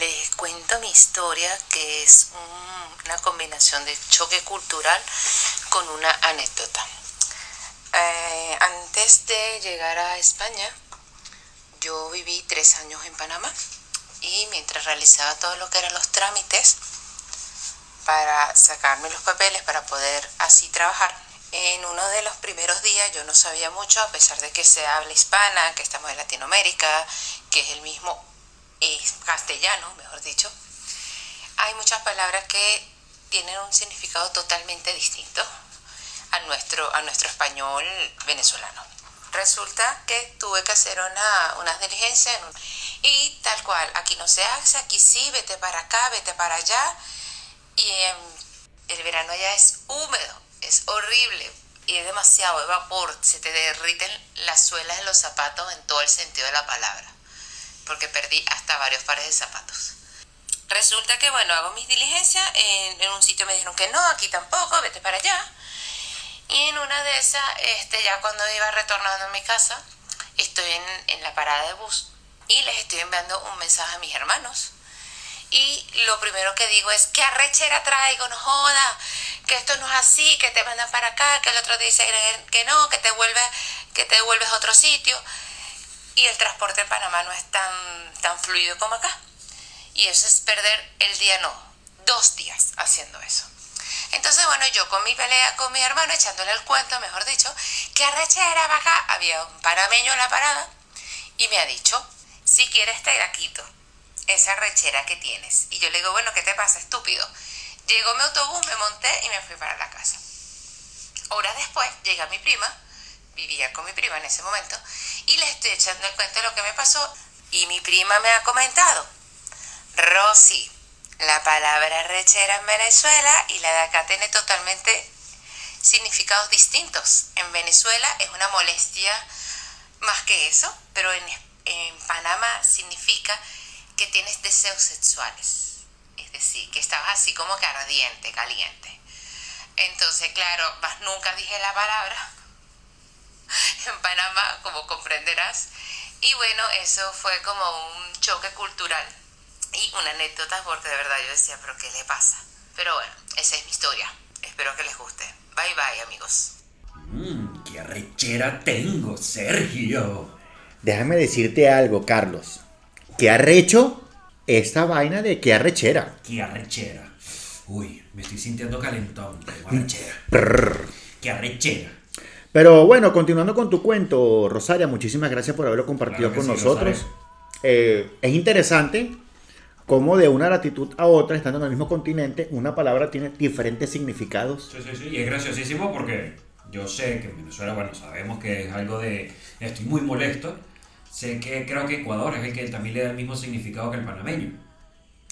les cuento mi historia que es un- una combinación de choque cultural con una anécdota. Eh, antes de llegar a España, yo viví tres años en Panamá y mientras realizaba todo lo que eran los trámites para sacarme los papeles para poder así trabajar, en uno de los primeros días yo no sabía mucho, a pesar de que se habla hispana, que estamos en Latinoamérica, que es el mismo eh, castellano, mejor dicho. Hay muchas palabras que tienen un significado totalmente distinto a nuestro, a nuestro español venezolano. Resulta que tuve que hacer una, unas diligencias en un- y tal cual, aquí no se hace, aquí sí, vete para acá, vete para allá. Y em, el verano allá es húmedo, es horrible y es demasiado de vapor, se te derriten las suelas de los zapatos en todo el sentido de la palabra, porque perdí hasta varios pares de zapatos. Resulta que, bueno, hago mis diligencias, en, en un sitio me dijeron que no, aquí tampoco, vete para allá. Y en una de esas, este, ya cuando iba retornando a mi casa, estoy en, en la parada de bus y les estoy enviando un mensaje a mis hermanos. Y lo primero que digo es, ¿qué arrechera traigo? No joda, que esto no es así, que te mandan para acá, que el otro dice que no, que te vuelves, que te vuelves a otro sitio. Y el transporte en Panamá no es tan, tan fluido como acá. Y eso es perder el día, no, dos días haciendo eso. Entonces, bueno, yo con mi pelea con mi hermano, echándole el cuento, mejor dicho, que arrechera para acá, había un panameño en la parada y me ha dicho, si quieres te la quito, esa rechera que tienes. Y yo le digo, bueno, ¿qué te pasa, estúpido? Llegó mi autobús, me monté y me fui para la casa. Horas después llega mi prima, vivía con mi prima en ese momento, y le estoy echando el cuento de lo que me pasó. Y mi prima me ha comentado, Rosy, la palabra rechera en Venezuela y la de acá tiene totalmente significados distintos. En Venezuela es una molestia más que eso, pero en, en Panamá significa que tienes deseos sexuales. Es decir, que estabas así como que ardiente, caliente. Entonces, claro, más nunca dije la palabra en Panamá, como comprenderás. Y bueno, eso fue como un choque cultural y una anécdota porque de verdad yo decía, pero ¿qué le pasa? Pero bueno, esa es mi historia. Espero que les guste. Bye bye amigos. Mmm, qué arrechera tengo, Sergio. Déjame decirte algo, Carlos. ¿Qué arrecho esta vaina de qué arrechera? Qué arrechera. Uy, me estoy sintiendo calentón. Tengo Mm. arrechera. Qué arrechera. Pero bueno, continuando con tu cuento, Rosaria, muchísimas gracias por haberlo compartido Claro que con sí, nosotros. Eh, es interesante cómo de una latitud a otra, estando en el mismo continente, una palabra tiene diferentes significados. Sí, sí, sí. Y es graciosísimo porque yo sé que en Venezuela, bueno, sabemos que es algo de estoy muy molesto. Sé que creo que Ecuador es el que también le da el mismo significado que el panameño.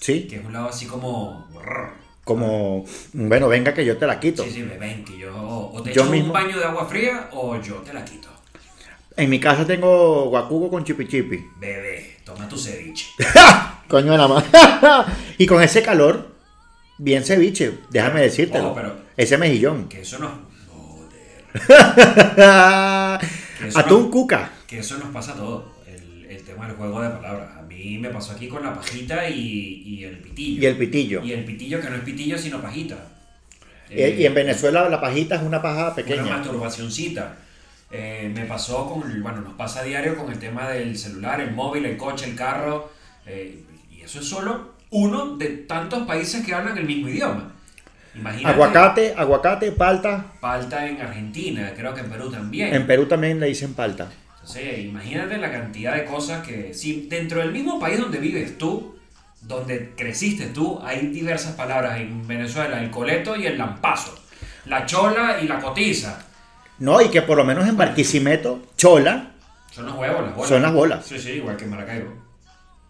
Sí. Que es un lado así como. Como, bueno, venga que yo te la quito. Sí, sí, me ven que yo. O te Yo echo mismo. un baño de agua fría o yo te la quito. En mi casa tengo guacugo con chipichipi. Bebé, toma tu ceviche. Coño de la madre. y con ese calor, bien ceviche, déjame decírtelo. Ojo, Oh, pero- Ese mejillón. Que eso nos, Que eso Atún no- cuca. que eso nos pasa a todos. El, el tema del juego de palabras. A mí me pasó aquí con la pajita y, y el pitillo. Y el pitillo. Y el pitillo que no es pitillo sino pajita. Eh, y en Eh, Venezuela la pajita es una paja pequeña. Una masturbacioncita. Eh, me pasó con, el- bueno, nos pasa a diario con el tema del celular, el móvil, el coche, el carro. eh, y eso es solo uno de tantos países que hablan el mismo idioma. Imagínate. aguacate, aguacate, palta. Falta en Argentina, creo que en Perú también. En Perú también le dicen palta. Entonces, imagínate la cantidad de cosas que, si dentro del mismo país donde vives tú, donde creciste tú, hay diversas palabras en Venezuela, el coleto y el lampazo, la chola y la cotiza. No, y que por lo menos en Barquisimeto, chola. Son los huevos, las bolas. Son las bolas. Sí, sí, igual que en Maracaibo.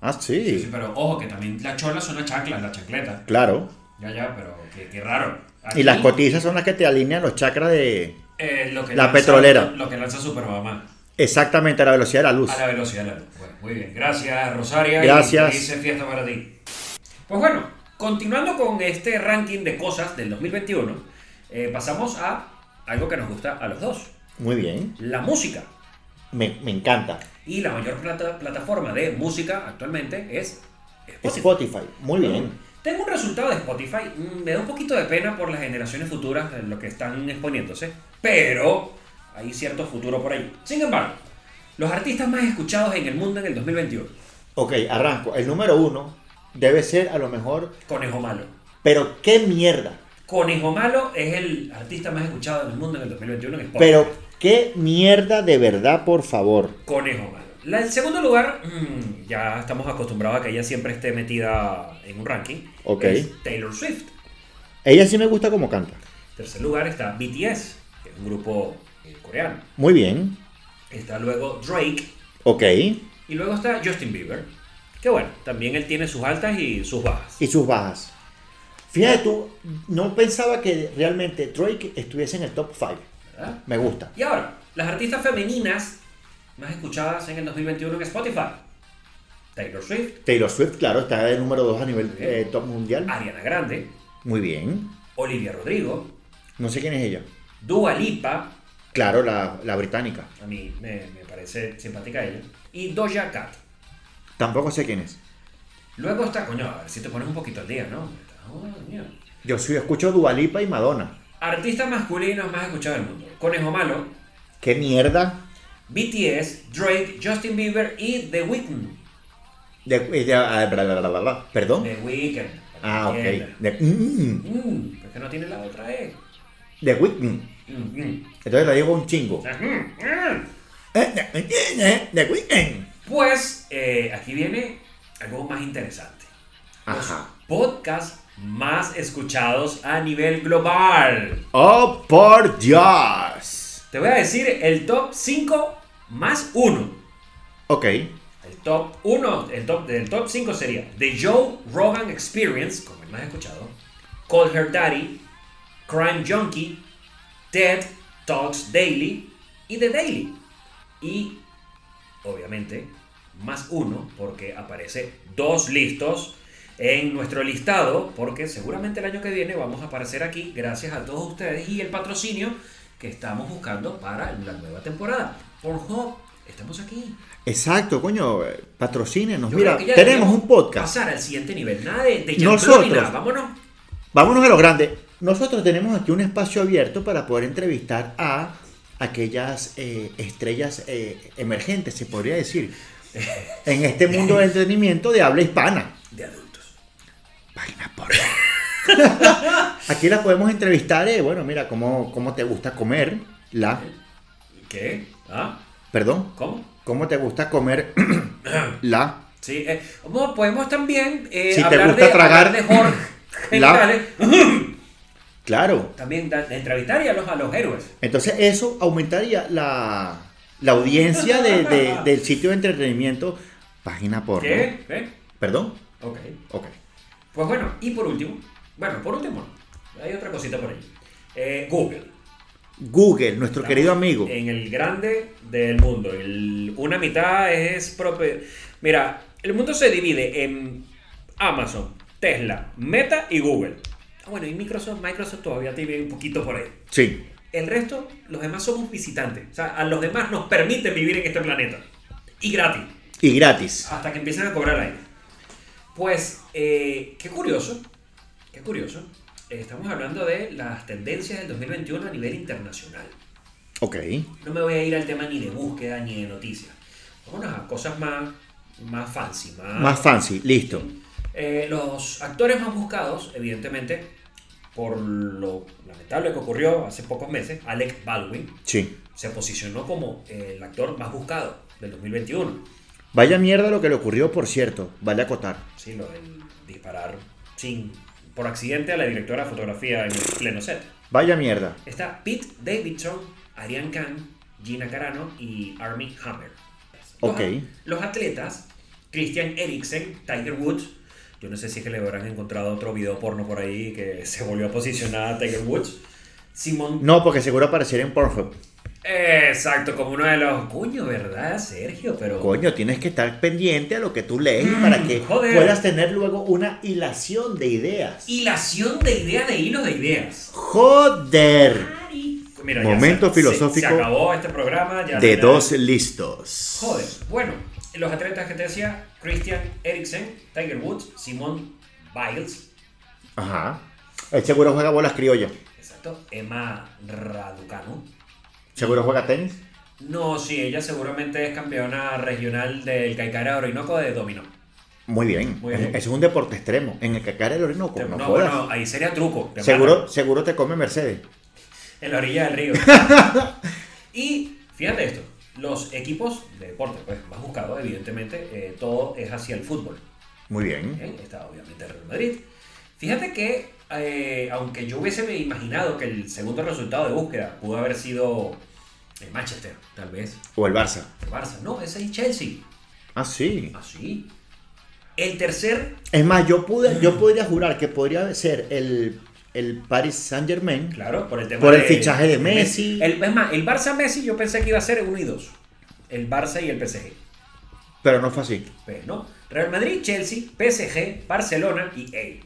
Ah, sí. Sí, pero ojo, que también las cholas son las chanclas, las chancletas. Claro. Ya, ya, pero qué, qué raro. Y las Aquí, cotizas son las que te alinean los chakras de. eh, lo que la lanza- petrolera. Lo que lanza Supermamá. Exactamente a la velocidad de la luz. A la velocidad de la luz. Bueno, muy bien. Gracias, Rosaria. Gracias. Y feliz fiesta para ti. Pues bueno, continuando con este ranking de cosas del 2021, eh, pasamos a algo que nos gusta a los dos: Muy bien. la música. Me, me encanta. Y la mayor plata- plataforma de música actualmente es Spotify. Spotify. Muy bien. Tengo un resultado de Spotify. Mm, Me da un poquito de pena por las generaciones futuras en lo que están exponiéndose, pero hay cierto futuro por ahí. Sin embargo, los artistas más escuchados en el mundo en el 2021. Ok, arranco. El número uno debe ser a lo mejor. Conejo Malo. Pero qué mierda. Conejo Malo es el artista más escuchado del mundo en el 2021 en Spotify. Pero qué mierda de verdad, por favor. Conejo Malo. La, en segundo lugar, mm, ya estamos acostumbrados a que ella siempre esté metida en un ranking. Ok. es Taylor Swift. Ella sí me gusta como canta. Tercer lugar está BTS, que es un grupo eh, coreano. Muy bien. Está luego Drake. Ok. Y luego está Justin Bieber. Que bueno, también él tiene sus altas y sus bajas. Y sus bajas. Fíjate tú, no pensaba que realmente Drake estuviese en el top 5. ¿verdad? Me gusta. Y ahora, las artistas femeninas más escuchadas en el 2021 en Spotify. Taylor Swift, Taylor Swift, claro, está de número 2 a nivel Bien. eh, top mundial. Ariana Grande, Muy bien. Olivia Rodrigo, No sé quién es ella. Dua Lipa, Claro, la, la británica. a mí me, me parece simpática ella, y Doja Cat. Tampoco sé quién es. Luego está, coño, a ver si te pones un poquito al día, ¿no? Oh, mira. Yo sí escucho Dualipa y Madonna. Artistas masculinos más escuchados del mundo. Conejo Malo, ¿Qué mierda? BTS, Drake, Justin Bieber y The Weeknd. De, de- ah, bla, bla, bla, bla, bla. ¿Perdón? The Weeknd. para ah, que ok. entiendas. De, mm, mm, Mm, pero es que no tiene la otra E. de Whitney. Mm, mm. Entonces le digo un chingo. Ah, mm, mm. Eh, de- eh, de Whitney. Pues eh, aquí viene algo más interesante. Los Ajá. podcasts más escuchados a nivel global. ¡Oh, por Dios! Te voy a decir el top 5 más 1. Ok. El top 1, el top del top 5 sería The Joe Rogan Experience, como el más escuchado, Call Her Daddy, Crime Junkie, TED Talks Daily y The Daily. Y obviamente más uno porque aparece dos listos en nuestro listado porque seguramente el año que viene vamos a aparecer aquí gracias a todos ustedes y el patrocinio que estamos buscando para la nueva temporada. Por Hub, estamos aquí. Exacto, coño. eh, Patrocínenos. Yo Mira, creo que ya tenemos deberíamos un podcast. Pasar al siguiente nivel. Nada de, de Nosotros. Nosotros. Vámonos. Vámonos a lo grande. Nosotros tenemos aquí un espacio abierto para poder entrevistar a aquellas eh, estrellas eh, emergentes, se podría decir, en este mundo del entretenimiento de habla hispana. De adultos. Aquí las podemos entrevistar, eh, bueno, mira, cómo, cómo te gusta comer, la, ¿Qué? ¿Ah? perdón, ¿Cómo? cómo te gusta comer, la, Sí. eh, bueno, podemos también eh, Si te hablar gusta de, tragar, hablar de Jorge. la- Genitales. claro. También da- entrevistar y a los, a los héroes. Entonces eso aumentaría la, La audiencia de- de- del sitio de entretenimiento, página porno. ¿Qué? ¿Qué? ¿Perdón? Ok. Ok. Pues bueno, y por último, bueno, por último, no, hay otra cosita por ahí. Eh, Google. Google, nuestro querido amigo. En el grande del mundo. El- una mitad es propio. Mira, el mundo se divide en Amazon, Tesla, Meta y Google. Ah, bueno, y Microsoft, Microsoft todavía tiene un poquito por ahí. Sí. El resto, los demás somos visitantes. O sea, a los demás nos permiten vivir en este planeta. Y gratis. Y gratis. Hasta que empiecen a cobrar ahí. Pues, eh, qué curioso. Qué curioso. Eh, Estamos hablando de las tendencias del 2021 a nivel internacional. Ok. No me voy a ir al tema ni de búsqueda ni de noticias. Vámonos a cosas más, más fancy. Más, Más fancy, listo. Eh, los actores más buscados, evidentemente, por lo lamentable que ocurrió hace pocos meses, Alec Baldwin Sí. se posicionó como eh, el actor más buscado del 2021. Vaya mierda lo que le ocurrió, por cierto. Vale acotar. Sí, lo del disparar sin, por accidente a la directora de fotografía en pleno set. Vaya mierda. Está Pete Davidson, Ariane Khan, Gina Carano y Armie Hammer. Ok. Los atletas, Christian Eriksen, Tiger Woods. Yo no sé si es que le habrán encontrado otro video porno por ahí que se volvió a posicionar a Tiger Woods. Simon. No, porque seguro aparecerá en Pornhub. Exacto, como uno de los. Coño, ¿verdad, Ah, Sergio? Pero. Coño, tienes que estar pendiente a lo que tú lees para que Mm, joder. puedas tener luego una hilación de ideas. Hilación de ideas de hilos de ideas. Joder. Mira, Momento se- se- filosófico Se, acabó este programa. Ya De no hay nada. dos listos. Joder, bueno, los atletas que te decía, Christian Eriksen, Tiger Woods, Simone Biles, Ajá. El seguro juega bolas criollas. exacto, Emma Raducanu. Seguro juega tenis. No, sí, ella seguramente es campeona regional del Caicara Orinoco de dominó. Muy bien. Muy bien. Ese es un deporte extremo. En el que cae el orinoco. Te- Pues No, no, jodas. bueno, ahí sería truco. te matan seguro, seguro te come Mercedes. En la orilla del río. y fíjate esto, los equipos de deporte, pues más buscados, evidentemente, eh, todo es hacia el fútbol. Muy bien. Bien, Está obviamente el Real Madrid. Fíjate que, eh, aunque yo hubiese me imaginado que el segundo resultado de búsqueda pudo haber sido el Manchester, tal vez, O el Barça. el Barça. No, ese es Chelsea. Ah, sí. Así. El tercer, Es más, yo pude, yo podría jurar que podría ser el, el Paris Saint Germain. claro, por el tema Por el fichaje de Messi. El, es más, el Barça-Messi yo pensé que iba a ser uno y dos. El Barça y el PSG. Pero no fue así. Pues no. Real Madrid, Chelsea, PSG, Barcelona y EI.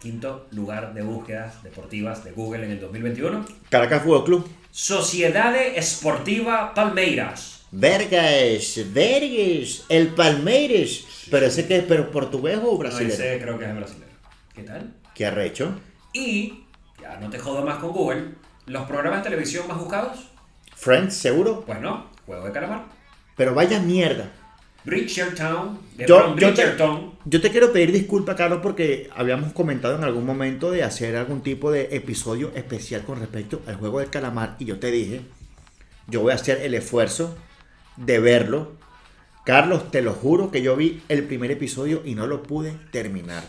Quinto lugar de búsquedas deportivas de Google en el 2021. Caracas Fútbol Club. Sociedade Esportiva Palmeiras. Vergas, vergas, el Palmeiras. Pero ese que es pero portugués o brasileño. No, ese creo que es brasileño. ¿Qué tal? Qué arrecho. Y, ya no te jodo más con Google, los programas de televisión más buscados, Friends, seguro. pues no, Juego de Calamar, Pero vaya mierda. Bridgerton, de Yo, Bron- yo, te, Bridgerton. yo te quiero pedir disculpas, Carlos, porque habíamos comentado en algún momento de hacer algún tipo de episodio especial con respecto al juego del calamar. Y yo te dije, yo voy a hacer el esfuerzo de verlo. Carlos, te lo juro que yo vi el primer episodio y no lo pude terminar.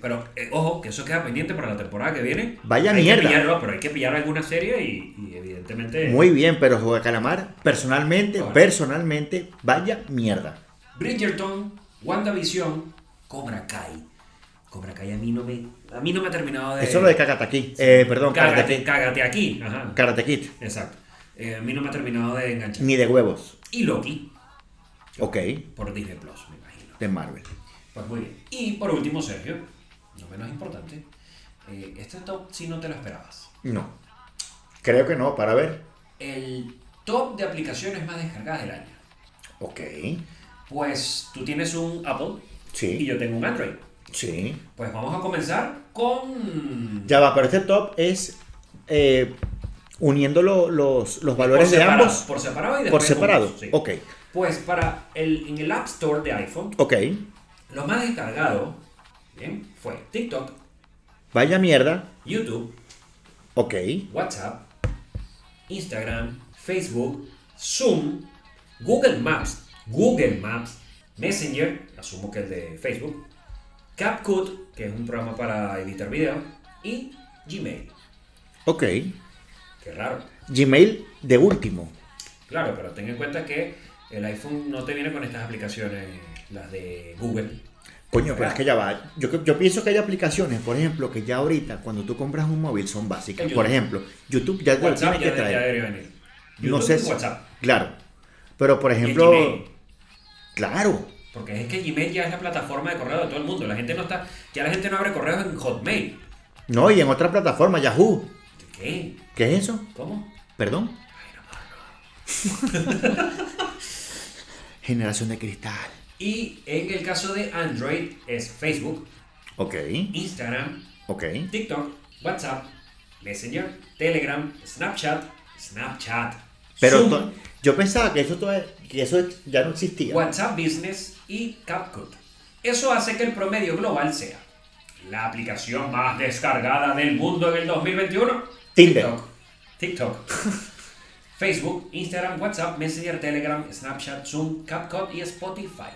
Pero, eh, ojo, que eso queda pendiente para la temporada que viene. Vaya hay mierda. Que pillarlo, pero hay que pillar alguna serie y, y evidentemente... Muy bien, pero Juego de Calamar, personalmente, Bueno. personalmente, vaya mierda. Bridgerton, WandaVision, Cobra Kai. Cobra Kai a mí no me, a mí no me ha terminado de... Eso es lo de Karate Kid. Eh, perdón, Cágate, Karate, cágate aquí. Ajá. Karate Kid. Exacto. Eh, a mí no me ha terminado de enganchar. Ni de huevos. Y Loki, Ok, por Disney Plus, me imagino. de Marvel. Pues muy bien. Y por último, Sergio, no menos importante, eh, este top si no te lo esperabas. No. Creo que no, para ver. El top de aplicaciones más descargadas del año. Ok. Pues tú tienes un Apple y Sí. yo tengo un Android. Sí. Pues vamos a comenzar con... Ya va, pero este top es eh, uniendo lo- los, los valores por de separado, ambos Por separado y por después separado. juntos, sí. Ok, Pues para el, en el App Store de iPhone, ok. lo más descargado bien, fue TikTok, Vaya mierda. YouTube, Ok. WhatsApp, Instagram, Facebook, Zoom, Google Maps, Google Maps, Messenger, asumo que el de Facebook, CapCut, que es un programa para editar video, y Gmail. Ok. Qué raro. Gmail de último. Claro, pero ten en cuenta que el iPhone no te viene con estas aplicaciones, las de Google. Coño, pero es que ya va. Yo, yo pienso que hay aplicaciones, por ejemplo, que ya ahorita cuando tú compras un móvil son básicas. El Por YouTube. ejemplo, YouTube ya lo WhatsApp tiene que ya, ya traer. debería venir. No YouTube sé y si- WhatsApp. Claro. Pero por Y el ejemplo, Gmail. claro. Porque es que Gmail ya es la plataforma de correo de todo el mundo. La gente no está, ya la gente no abre correos en Hotmail. No, y en otra plataforma, Yahoo. ¿Qué? ¿Qué es eso? ¿Cómo? ¿Perdón? Generación de cristal. Y en el caso de Android es Facebook, Ok, Instagram, ok. TikTok, WhatsApp, Messenger, Telegram, Snapchat, Snapchat, Pero Zoom, to- yo pensaba que eso, todavía- que eso ya no existía. WhatsApp Business y CapCut. Eso hace que el promedio global sea la aplicación más descargada del mundo en el 2021. Tinder. TikTok. TikTok. Facebook, Instagram, WhatsApp, Messenger, Telegram, Snapchat, Zoom, CapCut y Spotify.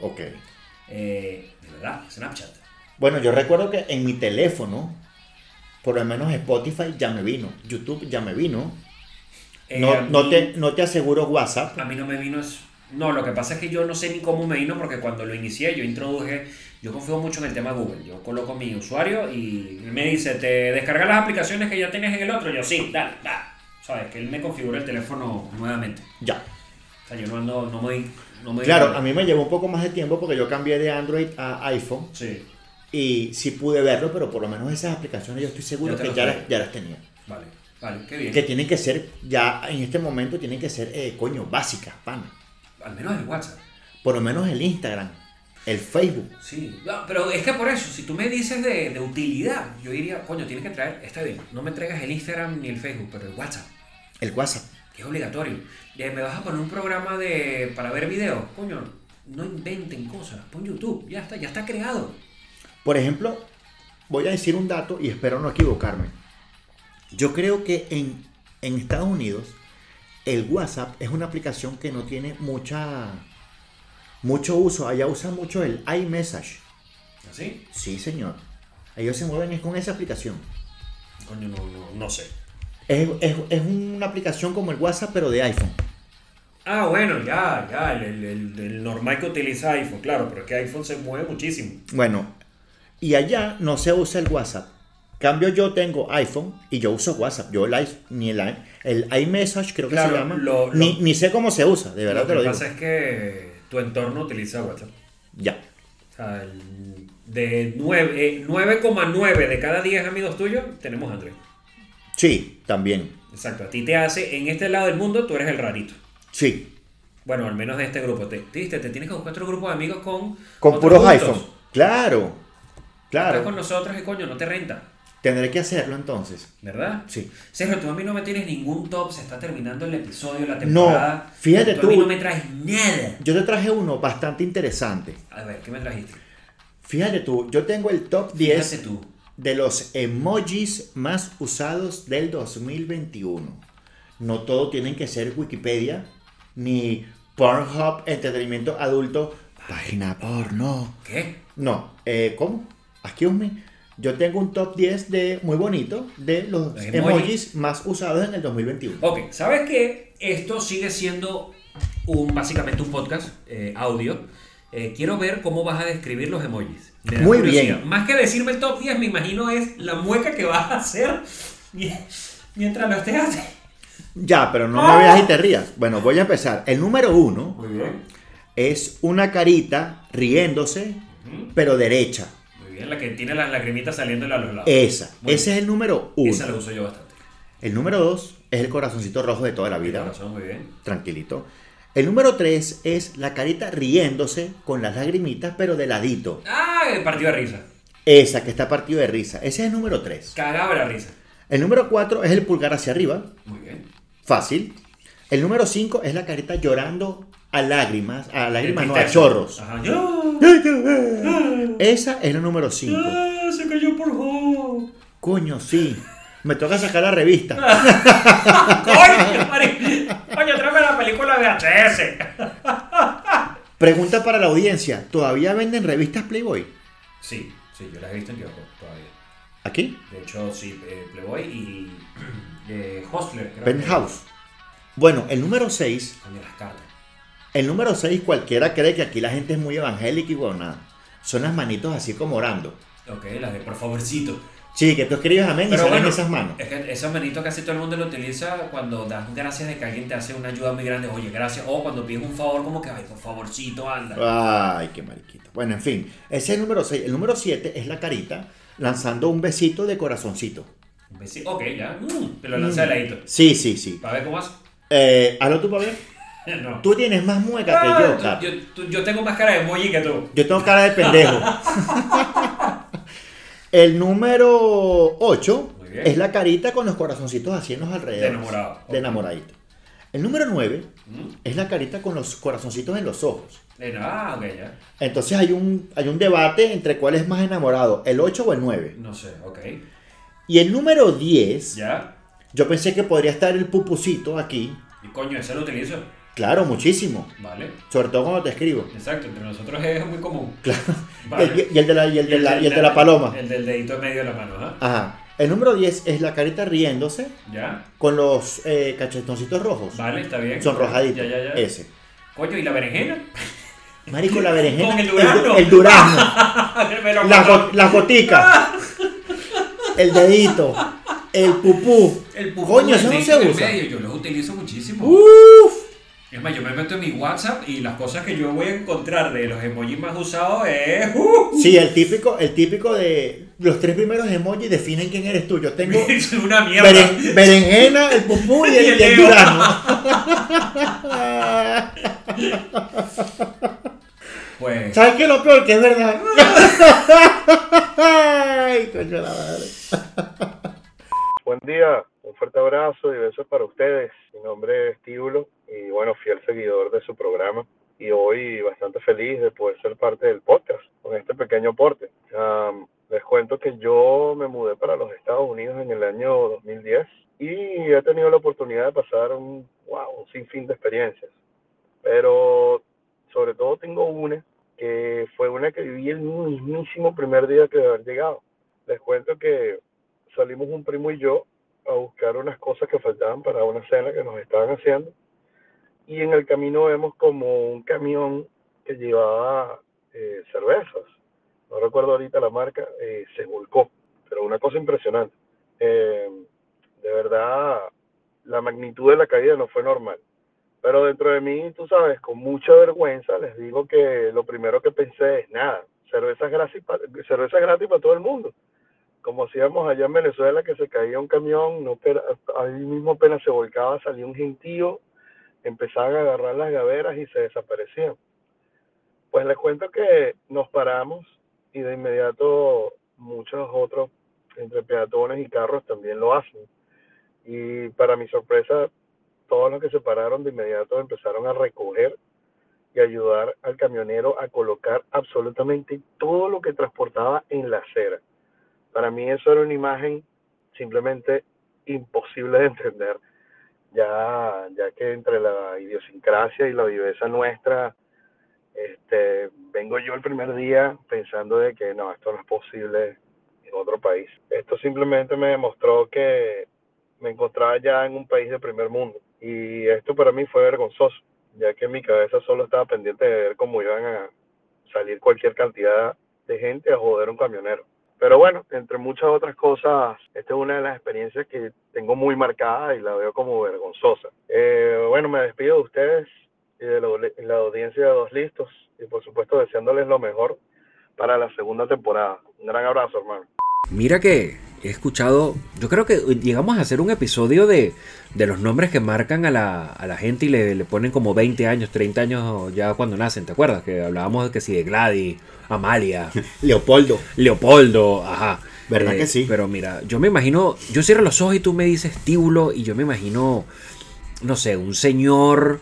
Ok. Eh, de verdad, Snapchat. Bueno, yo recuerdo que en mi teléfono, por lo menos Spotify ya me vino, YouTube ya me vino. Eh, no, a no mí- te, no te aseguro WhatsApp. A mí no me vino eso. No, lo que pasa es que yo no sé ni cómo me vino porque cuando lo inicié yo introduje, yo confío mucho en el tema Google. Yo coloco mi usuario y él me dice, ¿te descargas las aplicaciones que ya tenías en el otro? Yo sí, dale, dale. Sabes, que él me configura el teléfono nuevamente. Ya. O sea, yo no ando, no me... No me Claro, a mí me llevó un poco más de tiempo porque yo cambié de Android a iPhone Sí, y sí pude verlo, pero por lo menos esas aplicaciones yo estoy seguro Ya te que las ya trae. las, ya las tenía. vale, vale, qué Que bien. tienen que ser, ya en este momento tienen que ser, eh, coño, básicas, pana. Al menos el WhatsApp. Por lo menos el Instagram, el Facebook. Sí, No, pero es que por eso, si tú me dices de, de utilidad, yo diría, coño, tienes que traer, está bien, no me entregas el Instagram ni el Facebook, pero el WhatsApp. El WhatsApp. que es obligatorio. Eh, me vas a poner un programa de para ver videos. Coño, no inventen cosas. Pon YouTube, ya está, ya está creado. Por ejemplo, voy a decir un dato y espero no equivocarme. Yo creo que en, en Estados Unidos el WhatsApp es una aplicación que no tiene mucha mucho uso. Allá usan mucho el iMessage. ¿Así? Sí, señor. Ellos se mueven es con esa aplicación. Coño, no, Oh, no, no sé. Es, es- es una aplicación como el WhatsApp, pero de iPhone. Ah, bueno, ya, ya, el, el- el- el normal que utiliza iPhone, claro, pero es que iPhone se mueve muchísimo. Bueno, y allá no se usa el WhatsApp. Cambio, yo tengo iPhone y yo uso WhatsApp. Yo el, i- ni el, i- el iMessage creo que Claro, se llama. lo- lo- ni, ni sé cómo se usa, de verdad lo te que lo digo. pasa es que tu entorno utiliza WhatsApp. Ya. O sea, el- de nueve- eh, 9,9 de cada 10 amigos tuyos tenemos Android. Sí, también. Exacto, a ti te hace, en este lado del mundo tú eres el rarito. Sí. Bueno, al menos de este grupo. Te, te, diste, te tienes que buscar otro grupo de amigos con. Con otros puros gustos. iPhone. Claro. Estás con Claro. nosotros y coño, no te renta. Tendré que hacerlo entonces. ¿Verdad? Sí. Sergio, tú a mí no me tienes ningún top. Se está terminando el episodio, la No, temporada. fíjate A mí tú. no me traes nada. Yo te traje uno bastante interesante. A ver, ¿qué me trajiste? Fíjate tú, yo tengo el top 10 Fíjate tú. de los emojis más usados del 2021. No todo tienen que ser Wikipedia ni Pornhub, entretenimiento adulto, página porno. ¿Qué? No, eh, ¿cómo? Excuse me. Yo tengo un top 10 de muy bonito de los Los emojis. Oh. emojis más usados en el 2021. Ok, ¿sabes qué? Esto sigue siendo un básicamente un podcast eh, audio. Eh, quiero ver cómo vas a describir los emojis. Me da Muy curiosidad. bien. Más que decirme el top 10, me imagino es la mueca que vas a hacer mientras lo estés haciendo. Ya, pero Oh. no me veas y te rías. Bueno, voy a empezar. El número uno Muy bien. es una carita riéndose, pero derecha. Muy bien, la que tiene las lagrimitas saliéndole a los lados. Esa. Muy Ese bien. es el número uno. Esa la uso yo bastante. El número 2 es el corazoncito rojo de toda la Mi vida. corazón, muy bien. Tranquilito. El número 3 es la carita riéndose con las lagrimitas, pero de ladito. Ah, el partido de risa. Esa que está partido de risa. Ese es el número 3. Cagaba la risa. El número 4 es el pulgar hacia arriba. Muy bien. Fácil. El número 5 es la carita llorando a lágrimas. A lágrimas, El Ah. no, a tristeza. chorros. Ajá. Yo. Esa es la número 5. Ah, se cayó por favor. Coño, sí. Me toca sacar la revista. Ah. ¡Coño, pare- Coño, tráeme la película VHS. Pregunta para la audiencia. ¿Todavía venden revistas Playboy? Sí, sí, yo las he visto en Yoko todavía. ¿Aquí? De hecho, sí, eh, Playboy y eh, Hostler. creo que- Penthouse. Bueno, el número 6. Coño, las cartas. El número 6, cualquiera cree que aquí la gente es muy evangélica y bueno, Son las manitos así como orando. Ok, las de por favorcito. Sí, que tú escribes amén y Pero salen bueno, esas manos. Es que esos manitos casi todo el mundo lo utiliza cuando das gracias de que alguien te hace una ayuda muy grande. Oye, gracias. O cuando pides un favor, como que, ay, por favorcito, anda. Ah. Ay, qué mariquita. Bueno, en fin, ese es el número 6. El número 7 es la carita lanzando un besito de corazoncito. Un besito. Ok, ya. Mm, te lo lanza de ladito. Sí, sí, sí. Para ver cómo hace. Eh, hazlo tú para ver. no. Tú tienes más mueca Ah, que yo, tú- Car. yo, tú- yo tengo más cara de emoji que tú. Yo tengo cara de pendejo. El número 8 Muy bien. es la carita con los corazoncitos así en los alrededores. De enamorado. De enamoradito. El número 9 Mm. es la carita con los corazoncitos en los ojos. Eh, no, Ah, ok, ya. Entonces hay un, hay un debate entre cuál es más enamorado, el 8 o el 9. No sé, ok. Y el número 10, Ya. yo pensé que podría estar el pupucito aquí. Y coño, ese lo utilizo. Claro, muchísimo. Vale. Sobre todo cuando te escribo. Exacto, entre nosotros es muy común. Claro. Vale. Y, el de la, y el de la- y el de la del- paloma. El del dedito en medio de la mano, ¿ah? Ajá. El número 10 es la carita riéndose Ya. con los eh, cachetoncitos rojos. Vale, está bien. Sonrojaditos. Ya, ya, ya. Ese. Coño, ¿y la berenjena? Marico, la berenjena. Con el durazno. El, durazno. Me lo las, cortó. go- las goticas. el dedito. El pupú. El pupú Coño, eso del no dedito se del usa. medio, Yo los utilizo muchísimo. Es más, yo me meto en mi WhatsApp y las cosas que yo voy a encontrar de los emojis más usados es. ¡Uh! Sí, el típico, el típico de. Los tres primeros emojis definen quién eres tú. Yo tengo Es una mierda. beren- berenjena, el pupú y el, Y el y el dedo. durazno. Pues. ¿Sabes qué es lo peor? Que es verdad. Ay, coño de la madre. Buen día, un fuerte abrazo y besos para ustedes. Mi nombre es Tíbulo y bueno, fiel seguidor de su programa y hoy bastante feliz de poder ser parte del podcast con este pequeño aporte. Am, les cuento que yo me mudé para los Estados Unidos en el año 2010 y he tenido la oportunidad de pasar un, wow, un sinfín de experiencias, pero sobre todo tengo una que fue una que viví el mismísimo primer día que de haber llegado. Les cuento que salimos un primo y yo a buscar unas cosas que faltaban para una cena que nos estaban haciendo. Y en el camino vemos como un camión que llevaba eh, cervezas. No recuerdo ahorita la marca, eh, se volcó. Pero una cosa impresionante. Eh, de verdad, la magnitud de la caída no fue normal. Pero dentro de mí, tú sabes, con mucha vergüenza, les digo que lo primero que pensé es nada, cervezas gratis, pa- cervezas gratis para todo el mundo como hacíamos allá en Venezuela, que se caía un camión, no, pera- ahí mismo apenas se volcaba, salía un gentío, empezaban a agarrar las gaveras y se desaparecían. Pues les cuento que nos paramos y de inmediato muchos otros, entre peatones y carros, también lo hacen. Y para mi sorpresa, todos los que se pararon de inmediato empezaron a recoger y ayudar al camionero a colocar absolutamente todo lo que transportaba en la acera. Para mí eso era una imagen simplemente imposible de entender, ya, ya que entre la idiosincrasia y la viveza nuestra, este, vengo yo el primer día pensando de que no, esto no es posible en otro país. Esto simplemente me demostró que me encontraba ya en un país de primer mundo y esto para mí fue vergonzoso, ya que en mi cabeza solo estaba pendiente de ver cómo iban a salir cualquier cantidad de gente a joder a un camionero. Pero bueno, entre muchas otras cosas, esta es una de las experiencias que tengo muy marcada y la veo como vergonzosa. Eh, bueno, me despido de ustedes y de la, la audiencia de Dos Listos y por supuesto deseándoles lo mejor para la segunda temporada. Un gran abrazo, hermano. Mira que he escuchado, yo creo que llegamos a hacer un episodio de, de los nombres que marcan a la, a la gente y le, le ponen como 20 años, 30 años ya cuando nacen, ¿te acuerdas? Que hablábamos de que si de Gladys, Amalia, Leopoldo. Leopoldo, ajá. Eh, ¿Verdad que sí? Pero mira, yo me imagino, yo cierro los ojos y tú me dices tíbulo y yo me imagino, no sé, un señor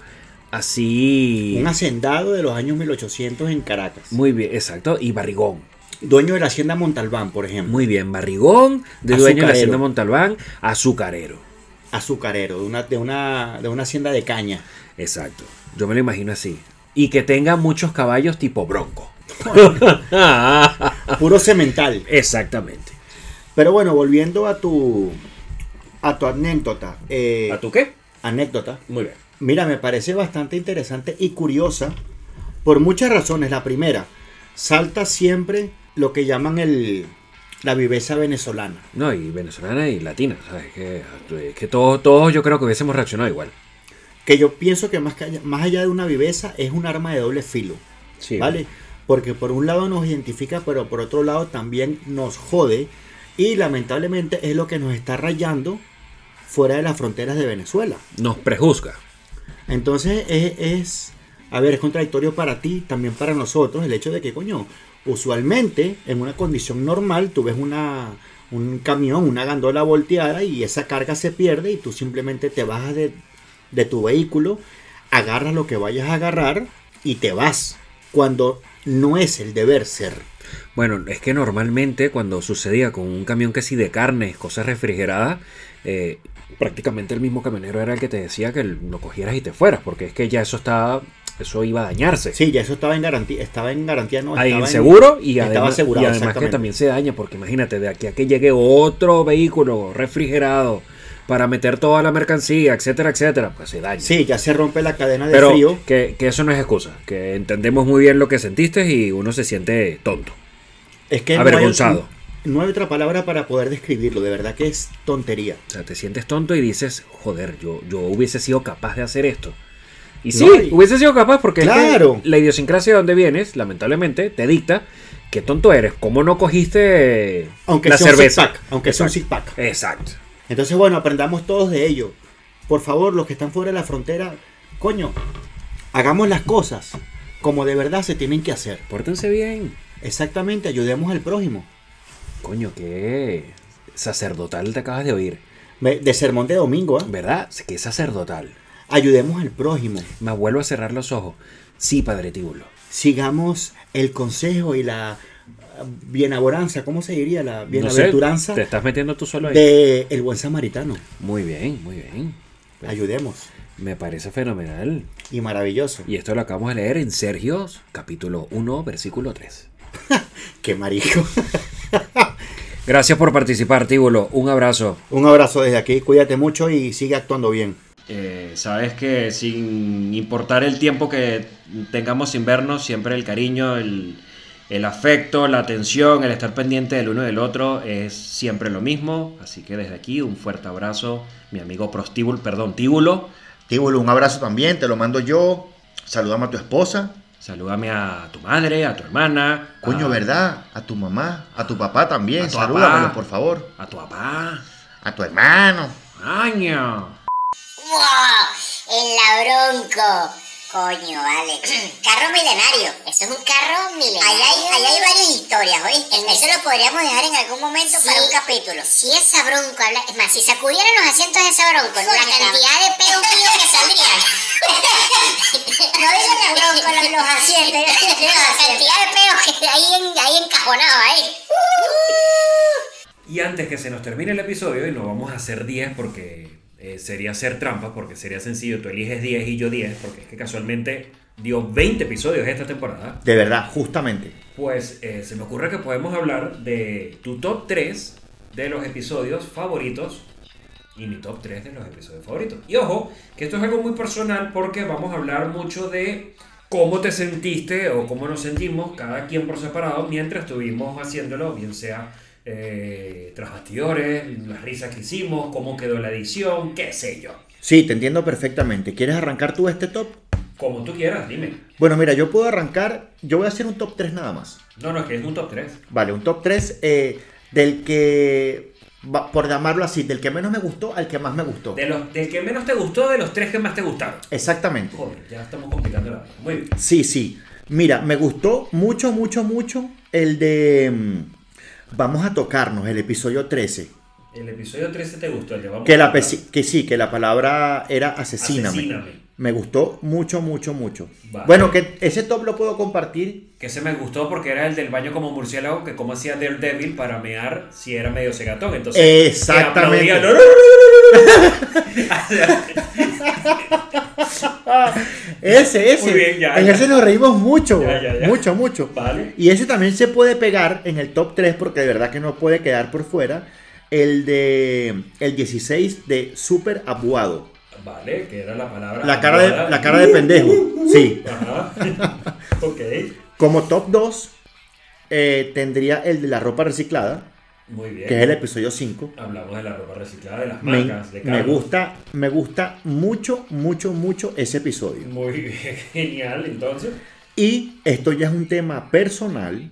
así... Un hacendado de los años 1800 en Caracas. Muy bien, exacto, y barrigón. Dueño de la hacienda Montalbán, por ejemplo. Muy bien, barrigón, de dueño de la Azucarero. hacienda Montalbán, azucarero. Azucarero, de una, de, una, de una hacienda de caña. Exacto. Yo me lo imagino así. Y que tenga muchos caballos tipo bronco. Puro cemental. Exactamente. Pero bueno, volviendo a tu a tu anécdota. eh, ¿A tú qué? anécdota. Muy bien. Mira, me parece bastante interesante y curiosa por muchas razones. La primera, salta siempre lo que llaman el, la viveza venezolana. No, y venezolana y latina, ¿sabes? Que, es que todos, todos yo creo que hubiésemos reaccionado igual. Que yo pienso que más, que haya- más allá de una viveza es un arma de doble filo. Sí. ¿Vale? Porque por un lado nos identifica, pero por otro lado también nos jode y lamentablemente es lo que nos está rayando fuera de las fronteras de Venezuela. Nos prejuzga. Entonces es, es- a ver, es contradictorio para ti, también para nosotros, el hecho de que, coño, usualmente en una condición normal tú ves una, un camión, una gandola volteada y esa carga se pierde y tú simplemente te bajas de, de tu vehículo, agarras lo que vayas a agarrar y te vas, cuando no es el deber ser. Bueno, es que normalmente cuando sucedía con un camión que sí de carnes, cosas refrigeradas, eh, prácticamente el mismo camionero era el que te decía que lo cogieras y te fueras, porque es que ya eso estaba, eso iba a dañarse. Sí, ya eso estaba en garantía, estaba en garantía, no, Ahí estaba en en- seguro y estaba además, asegurado, y además que exactamente. también se daña, porque imagínate, de aquí a que llegue otro vehículo refrigerado para meter toda la mercancía, etcétera, etcétera, pues se daña. Sí, ya se rompe la cadena de Pero frío. que, que eso no es excusa, que entendemos muy bien lo que sentiste y uno se siente tonto. Es que no hay- avergonzado. no hay otra palabra para poder describirlo, de verdad que es tontería. O sea, te sientes tonto y dices, joder, yo, yo hubiese sido capaz de hacer esto. Y sí, No, y- hubiese sido capaz porque es que Claro. la idiosincrasia de donde vienes, lamentablemente, te dicta que tonto eres. ¿Cómo no cogiste Aunque la sea un cerveza? six-pack, aunque sea un six-pack. Exacto. Entonces, bueno, aprendamos todos de ello. Por favor, los que están fuera de la frontera, coño, hagamos las cosas como de verdad se tienen que hacer. Pórtense bien. Exactamente, ayudemos al prójimo. Coño, qué sacerdotal te acabas de oír. Me- De sermón de domingo, ¿eh? ¿Verdad? Qué sacerdotal. Ayudemos al prójimo. Me vuelvo a cerrar los ojos. Sí, padre Tíbulo. Sigamos el consejo y la eh, bienaventuranza, ¿cómo se diría? La No sé, bienaventuranza te estás metiendo tú solo ahí. de el buen samaritano. Muy bien, muy bien. Ayudemos. Me parece fenomenal. Y maravilloso. Y esto lo acabamos de leer en Sergio, capítulo 1, versículo 3. Qué marico. Gracias por participar, Tíbulo. Un abrazo. Un abrazo desde aquí, cuídate mucho y sigue actuando bien. Eh, Sabes que sin importar el tiempo que tengamos sin vernos, siempre el cariño, el, el afecto, la atención, el estar pendiente del uno y del otro es siempre lo mismo. Así que desde aquí un fuerte abrazo, mi amigo Prostíbulo, perdón, Tíbulo. Tíbulo, un abrazo también, te lo mando yo. Saludame a tu esposa. Salúdame a tu madre, a tu hermana. Coño, Ah. a- ¿verdad? A tu mamá, a tu papá A también. tu Salúdamelo, papá. por favor. A tu papá. A tu hermano. ¡Año! ¡El labronco! Coño, vale. carro milenario. Eso es un carro milenario. Ahí hay, ahí hay varias historias, ¿oíste? Eso lo podríamos dejar en algún momento para un capítulo. Si esa bronco habla... Es más, si sacudieran los asientos de esa bronco, la cantidad de pedos míos que saldrían. no digo la bronco, los, los asientos. la cantidad de pedos que hay en, ahí encajonado ahí. Y antes que se nos termine el episodio, y no vamos a hacer 10 porque eh, sería hacer trampas, porque sería sencillo, tú eliges 10 y yo 10, porque es que casualmente dio 20 episodios esta temporada, De verdad, justamente. pues eh, se me ocurre que podemos hablar de tu top 3 de los episodios favoritos y mi top 3 de los episodios favoritos. Y ojo, que esto es algo muy personal porque vamos a hablar mucho de cómo te sentiste o cómo nos sentimos cada quien por separado mientras estuvimos haciéndolo, bien sea eh, tras bastidores, las risas que hicimos, cómo quedó la edición, qué sé yo. Sí, te entiendo perfectamente. ¿Quieres arrancar tú este top? Como tú quieras, dime. Bueno, mira, yo puedo arrancar, yo voy a hacer un top 3 nada más. No, no, es que es un top 3. Vale, un top 3 eh, del que, va- por llamarlo así, del que menos me gustó al que más me gustó. De los, del que menos te gustó, de los tres que más te gustaron. Exactamente. Joder, ya estamos complicando la vida. Muy bien. Sí, sí. Mira, me gustó mucho, mucho, mucho el de mm, Vamos a tocarnos, el episodio 13. El episodio 13 te gustó, el de vamos Que, a la, hablar. pesi- que sí, que la palabra era asesíname. Asesíname. Me gustó mucho, mucho, mucho. Vale. Bueno, que ese top lo puedo compartir. Que ese me gustó porque era el del baño como murciélago, que como hacía Daredevil para mear si era medio cegatón. Entonces, Exactamente. que aplaudía. Ese, ese. Muy bien, ya, en ya. ese nos reímos mucho, Ya, ya, ya. mucho, mucho. Vale. Y ese también se puede pegar en el top 3 porque de verdad que no puede quedar por fuera. El de el 16 de Super Abuado. Vale, que era la palabra. La cara de, la cara de pendejo. Uh, Sí. Ajá. ok. Como top 2, tendría el de la ropa reciclada, Muy bien. que es el episodio 5. Hablamos de la ropa reciclada, de las Me, marcas, de me Carlos. gusta, me gusta mucho, mucho, mucho ese episodio. Muy bien, genial, entonces. Y esto ya es un tema personal,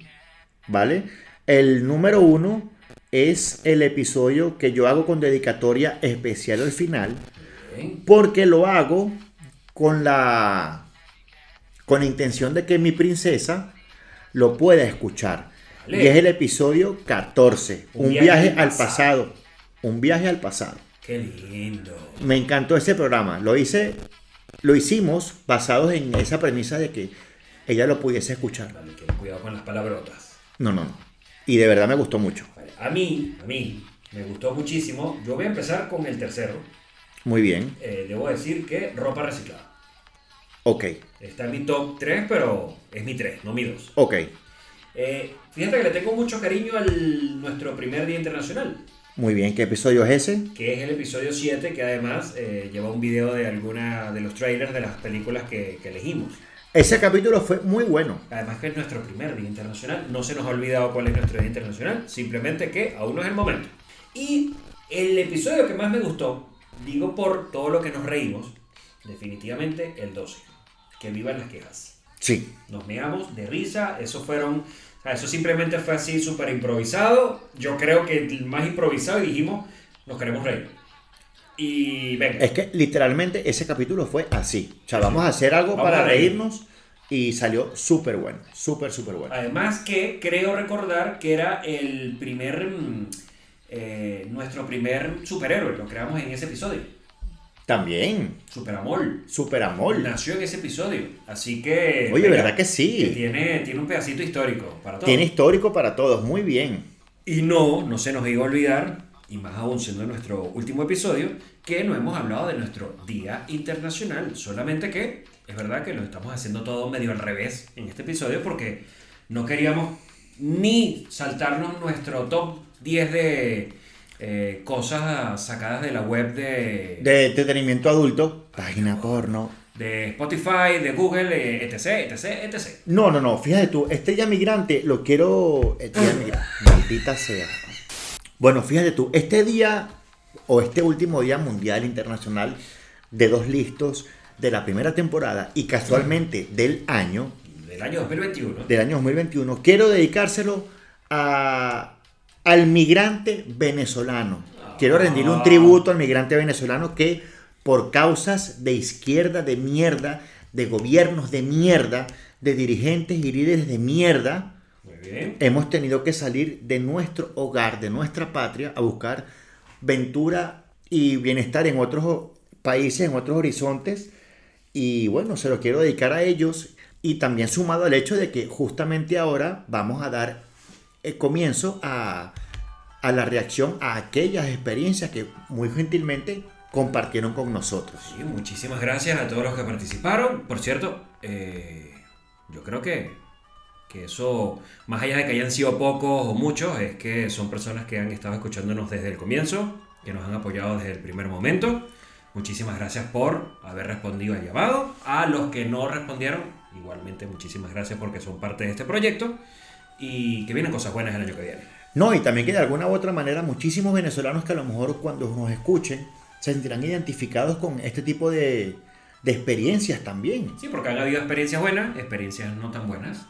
¿vale? El número uno es el episodio que yo hago con dedicatoria especial al final, porque lo hago con la con la intención de que mi princesa lo pueda escuchar. Vale. Y es el episodio 14, Un un, viaje viaje, al al pasado, un viaje al pasado. Qué lindo. Me encantó ese programa. Lo hice, lo hicimos basados en esa premisa de que ella lo pudiese escuchar. Cuidado con las palabrotas. No, no, no. Y de verdad me gustó mucho. A mí, a mí, me gustó muchísimo. Yo voy a empezar con el tercero. Muy bien. Eh, debo decir que ropa reciclada. Ok, Está en mi top 3, pero es mi 3, no mi 2. ok. fíjate que le tengo mucho cariño al nuestro primer día internacional. Muy bien. ¿Qué episodio es ese? que es el episodio 7, que además eh, lleva un video de alguna de los trailers de las películas que, que elegimos. Ese capítulo fue muy bueno. Además que es nuestro primer día internacional, no se nos ha olvidado cuál es nuestro día internacional, simplemente que aún no es el momento. Y el episodio que más me gustó, digo por todo lo que nos reímos, definitivamente el 12, que vivan las quejas. Sí. Nos meamos de risa, eso fueron, o sea, eso simplemente fue así súper improvisado, yo creo que el más improvisado y dijimos, nos queremos reír. Y venga. Es que literalmente ese capítulo fue así. O sea, vamos a hacer algo Vamos para a reír. reírnos y salió súper bueno. Súper, súper bueno. Además que creo recordar que era el primer, mm, eh, nuestro primer superhéroe, lo creamos en ese episodio. También. Superamol. Superamol. Nació en ese episodio, así que... Oye, venga, ¿verdad que sí? que tiene, tiene un pedacito histórico para todos. Tiene histórico para todos. Muy bien. Y no, no se nos iba a olvidar, y más aún siendo nuestro último episodio, que no hemos hablado de nuestro Día Internacional. Solamente que es verdad que lo estamos haciendo todo medio al revés en este episodio porque no queríamos ni saltarnos nuestro top 10 de eh, cosas sacadas de la web de, De entretenimiento adulto. Página porno. de Spotify, de Google, eh, etc, etc, etc. No, no, no. Fíjate tú. Estrella migrante lo quiero... Estrella migrante. Maldita sea. Bueno, fíjate tú. Este día o este último día mundial internacional de dos listos de la primera temporada y casualmente del año... Del año 2021. del año 2021. Quiero dedicárselo a, al migrante venezolano. Quiero rendirle un tributo al migrante venezolano que por causas de izquierda de mierda, de gobiernos de mierda, de dirigentes y líderes de mierda, Muy bien. hemos tenido que salir de nuestro hogar, de nuestra patria, a buscar ventura y bienestar en otros o- países, en otros horizontes. Y bueno, se lo quiero dedicar a ellos. Y también sumado al hecho de que justamente ahora vamos a dar eh, comienzo a, a la reacción a aquellas experiencias que muy gentilmente compartieron con nosotros. Sí, muchísimas gracias a todos los que participaron. Por cierto, eh, yo creo que, que eso, más allá de que hayan sido pocos o muchos, es que son personas que han estado escuchándonos desde el comienzo, que nos han apoyado desde el primer momento. Muchísimas gracias por haber respondido al llamado. A los que no respondieron, igualmente muchísimas gracias porque son parte de este proyecto y que vienen cosas buenas el año que viene. No, y también que de alguna u otra manera muchísimos venezolanos que a lo mejor cuando nos escuchen se sentirán identificados con este tipo de, de experiencias también. Sí, porque han habido experiencias buenas, experiencias no tan buenas.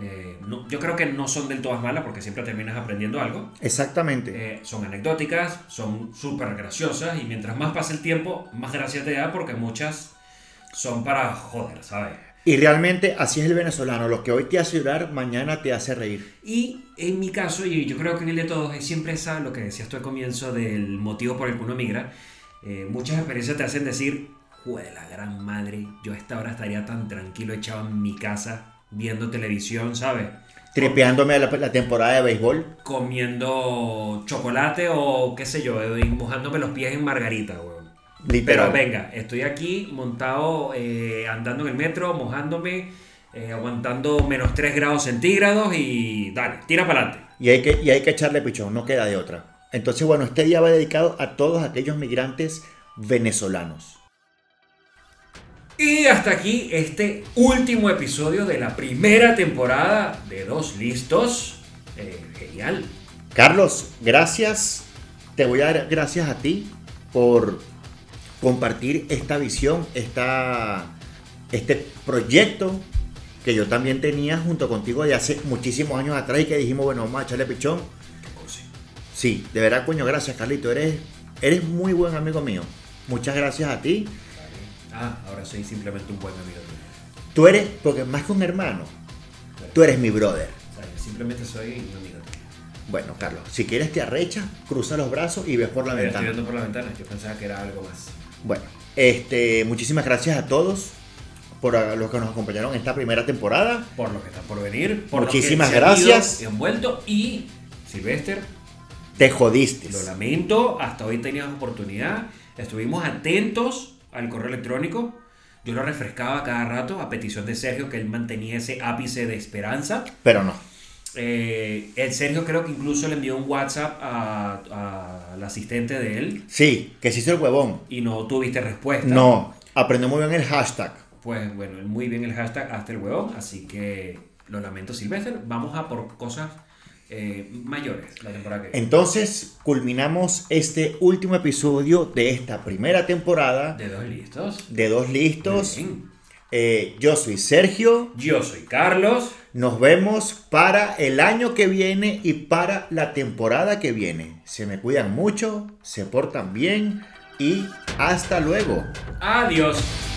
Eh, no- yo creo que no son del todas malas porque siempre terminas aprendiendo algo. Exactamente. Eh, son anecdóticas, son súper graciosas y mientras más pasa el tiempo, más gracia te da porque muchas son para joder, ¿sabes? Y realmente así es el venezolano. Lo que hoy te hace llorar, mañana te hace reír. Y en mi caso, y yo creo que en el de todos, es siempre esa, lo que decías tú al comienzo del motivo por el que uno migra, eh, muchas experiencias te hacen decir, joder, la gran madre, yo a esta hora estaría tan tranquilo echado en mi casa viendo televisión, ¿sabes? Tripeándome a la, la temporada de béisbol. Comiendo chocolate o qué sé yo, eh, mojándome los pies en margarita, weón. Pero Literal. venga, estoy aquí montado, eh, andando en el metro, mojándome, eh, aguantando menos 3 grados centígrados y dale, tira para adelante. Y hay, que, y hay que echarle pichón, no queda de otra. Entonces, bueno, este día va dedicado a todos aquellos migrantes venezolanos. Y hasta aquí este último episodio de la primera temporada de Dos Listos. Eh, genial. Carlos, gracias. Te voy a dar gracias a ti por compartir esta visión, esta, este proyecto que yo también tenía junto contigo de hace muchísimos años atrás y que dijimos, bueno, vamos a echarle pichón. Sí, de verdad, coño, gracias, Carlito. Eres, eres muy buen amigo mío. Muchas gracias a ti. Ah, ahora soy simplemente un buen amigo. tuyo. Tú eres, porque más que un hermano, tú eres mi brother. O sea, simplemente soy un amigo. Bueno, Carlos, si quieres te arrechas, cruza los brazos y ves por la Mira, ventana. Estoy viendo por la ventana. Yo pensaba que era algo más. Bueno, este, muchísimas gracias a todos por a los que nos acompañaron en esta primera temporada. Por los que están por venir. Por los que muchísimas se han gracias. ido Envuelto y Silvester, Te jodiste. Lo lamento, hasta hoy tenías oportunidad. Estuvimos atentos al correo electrónico. Yo lo refrescaba cada rato a petición de Sergio que él mantenía ese ápice de esperanza. Pero no. Eh, el Sergio creo que incluso le envió un WhatsApp a- al asistente de él Sí, que se hizo el huevón. y no tuviste respuesta. No, aprendió muy bien el hashtag. Pues bueno, muy bien el hashtag hasta el huevón, así que lo lamento Silvester. Vamos a por cosas eh, mayores la temporada que viene. Entonces, culminamos este último episodio de esta primera temporada De dos listos. de Dos Listos. Eh, yo soy Sergio. Yo soy Carlos. Nos vemos para el año que viene y para la temporada que viene. Se me cuidan mucho, se portan bien y hasta luego. Adiós.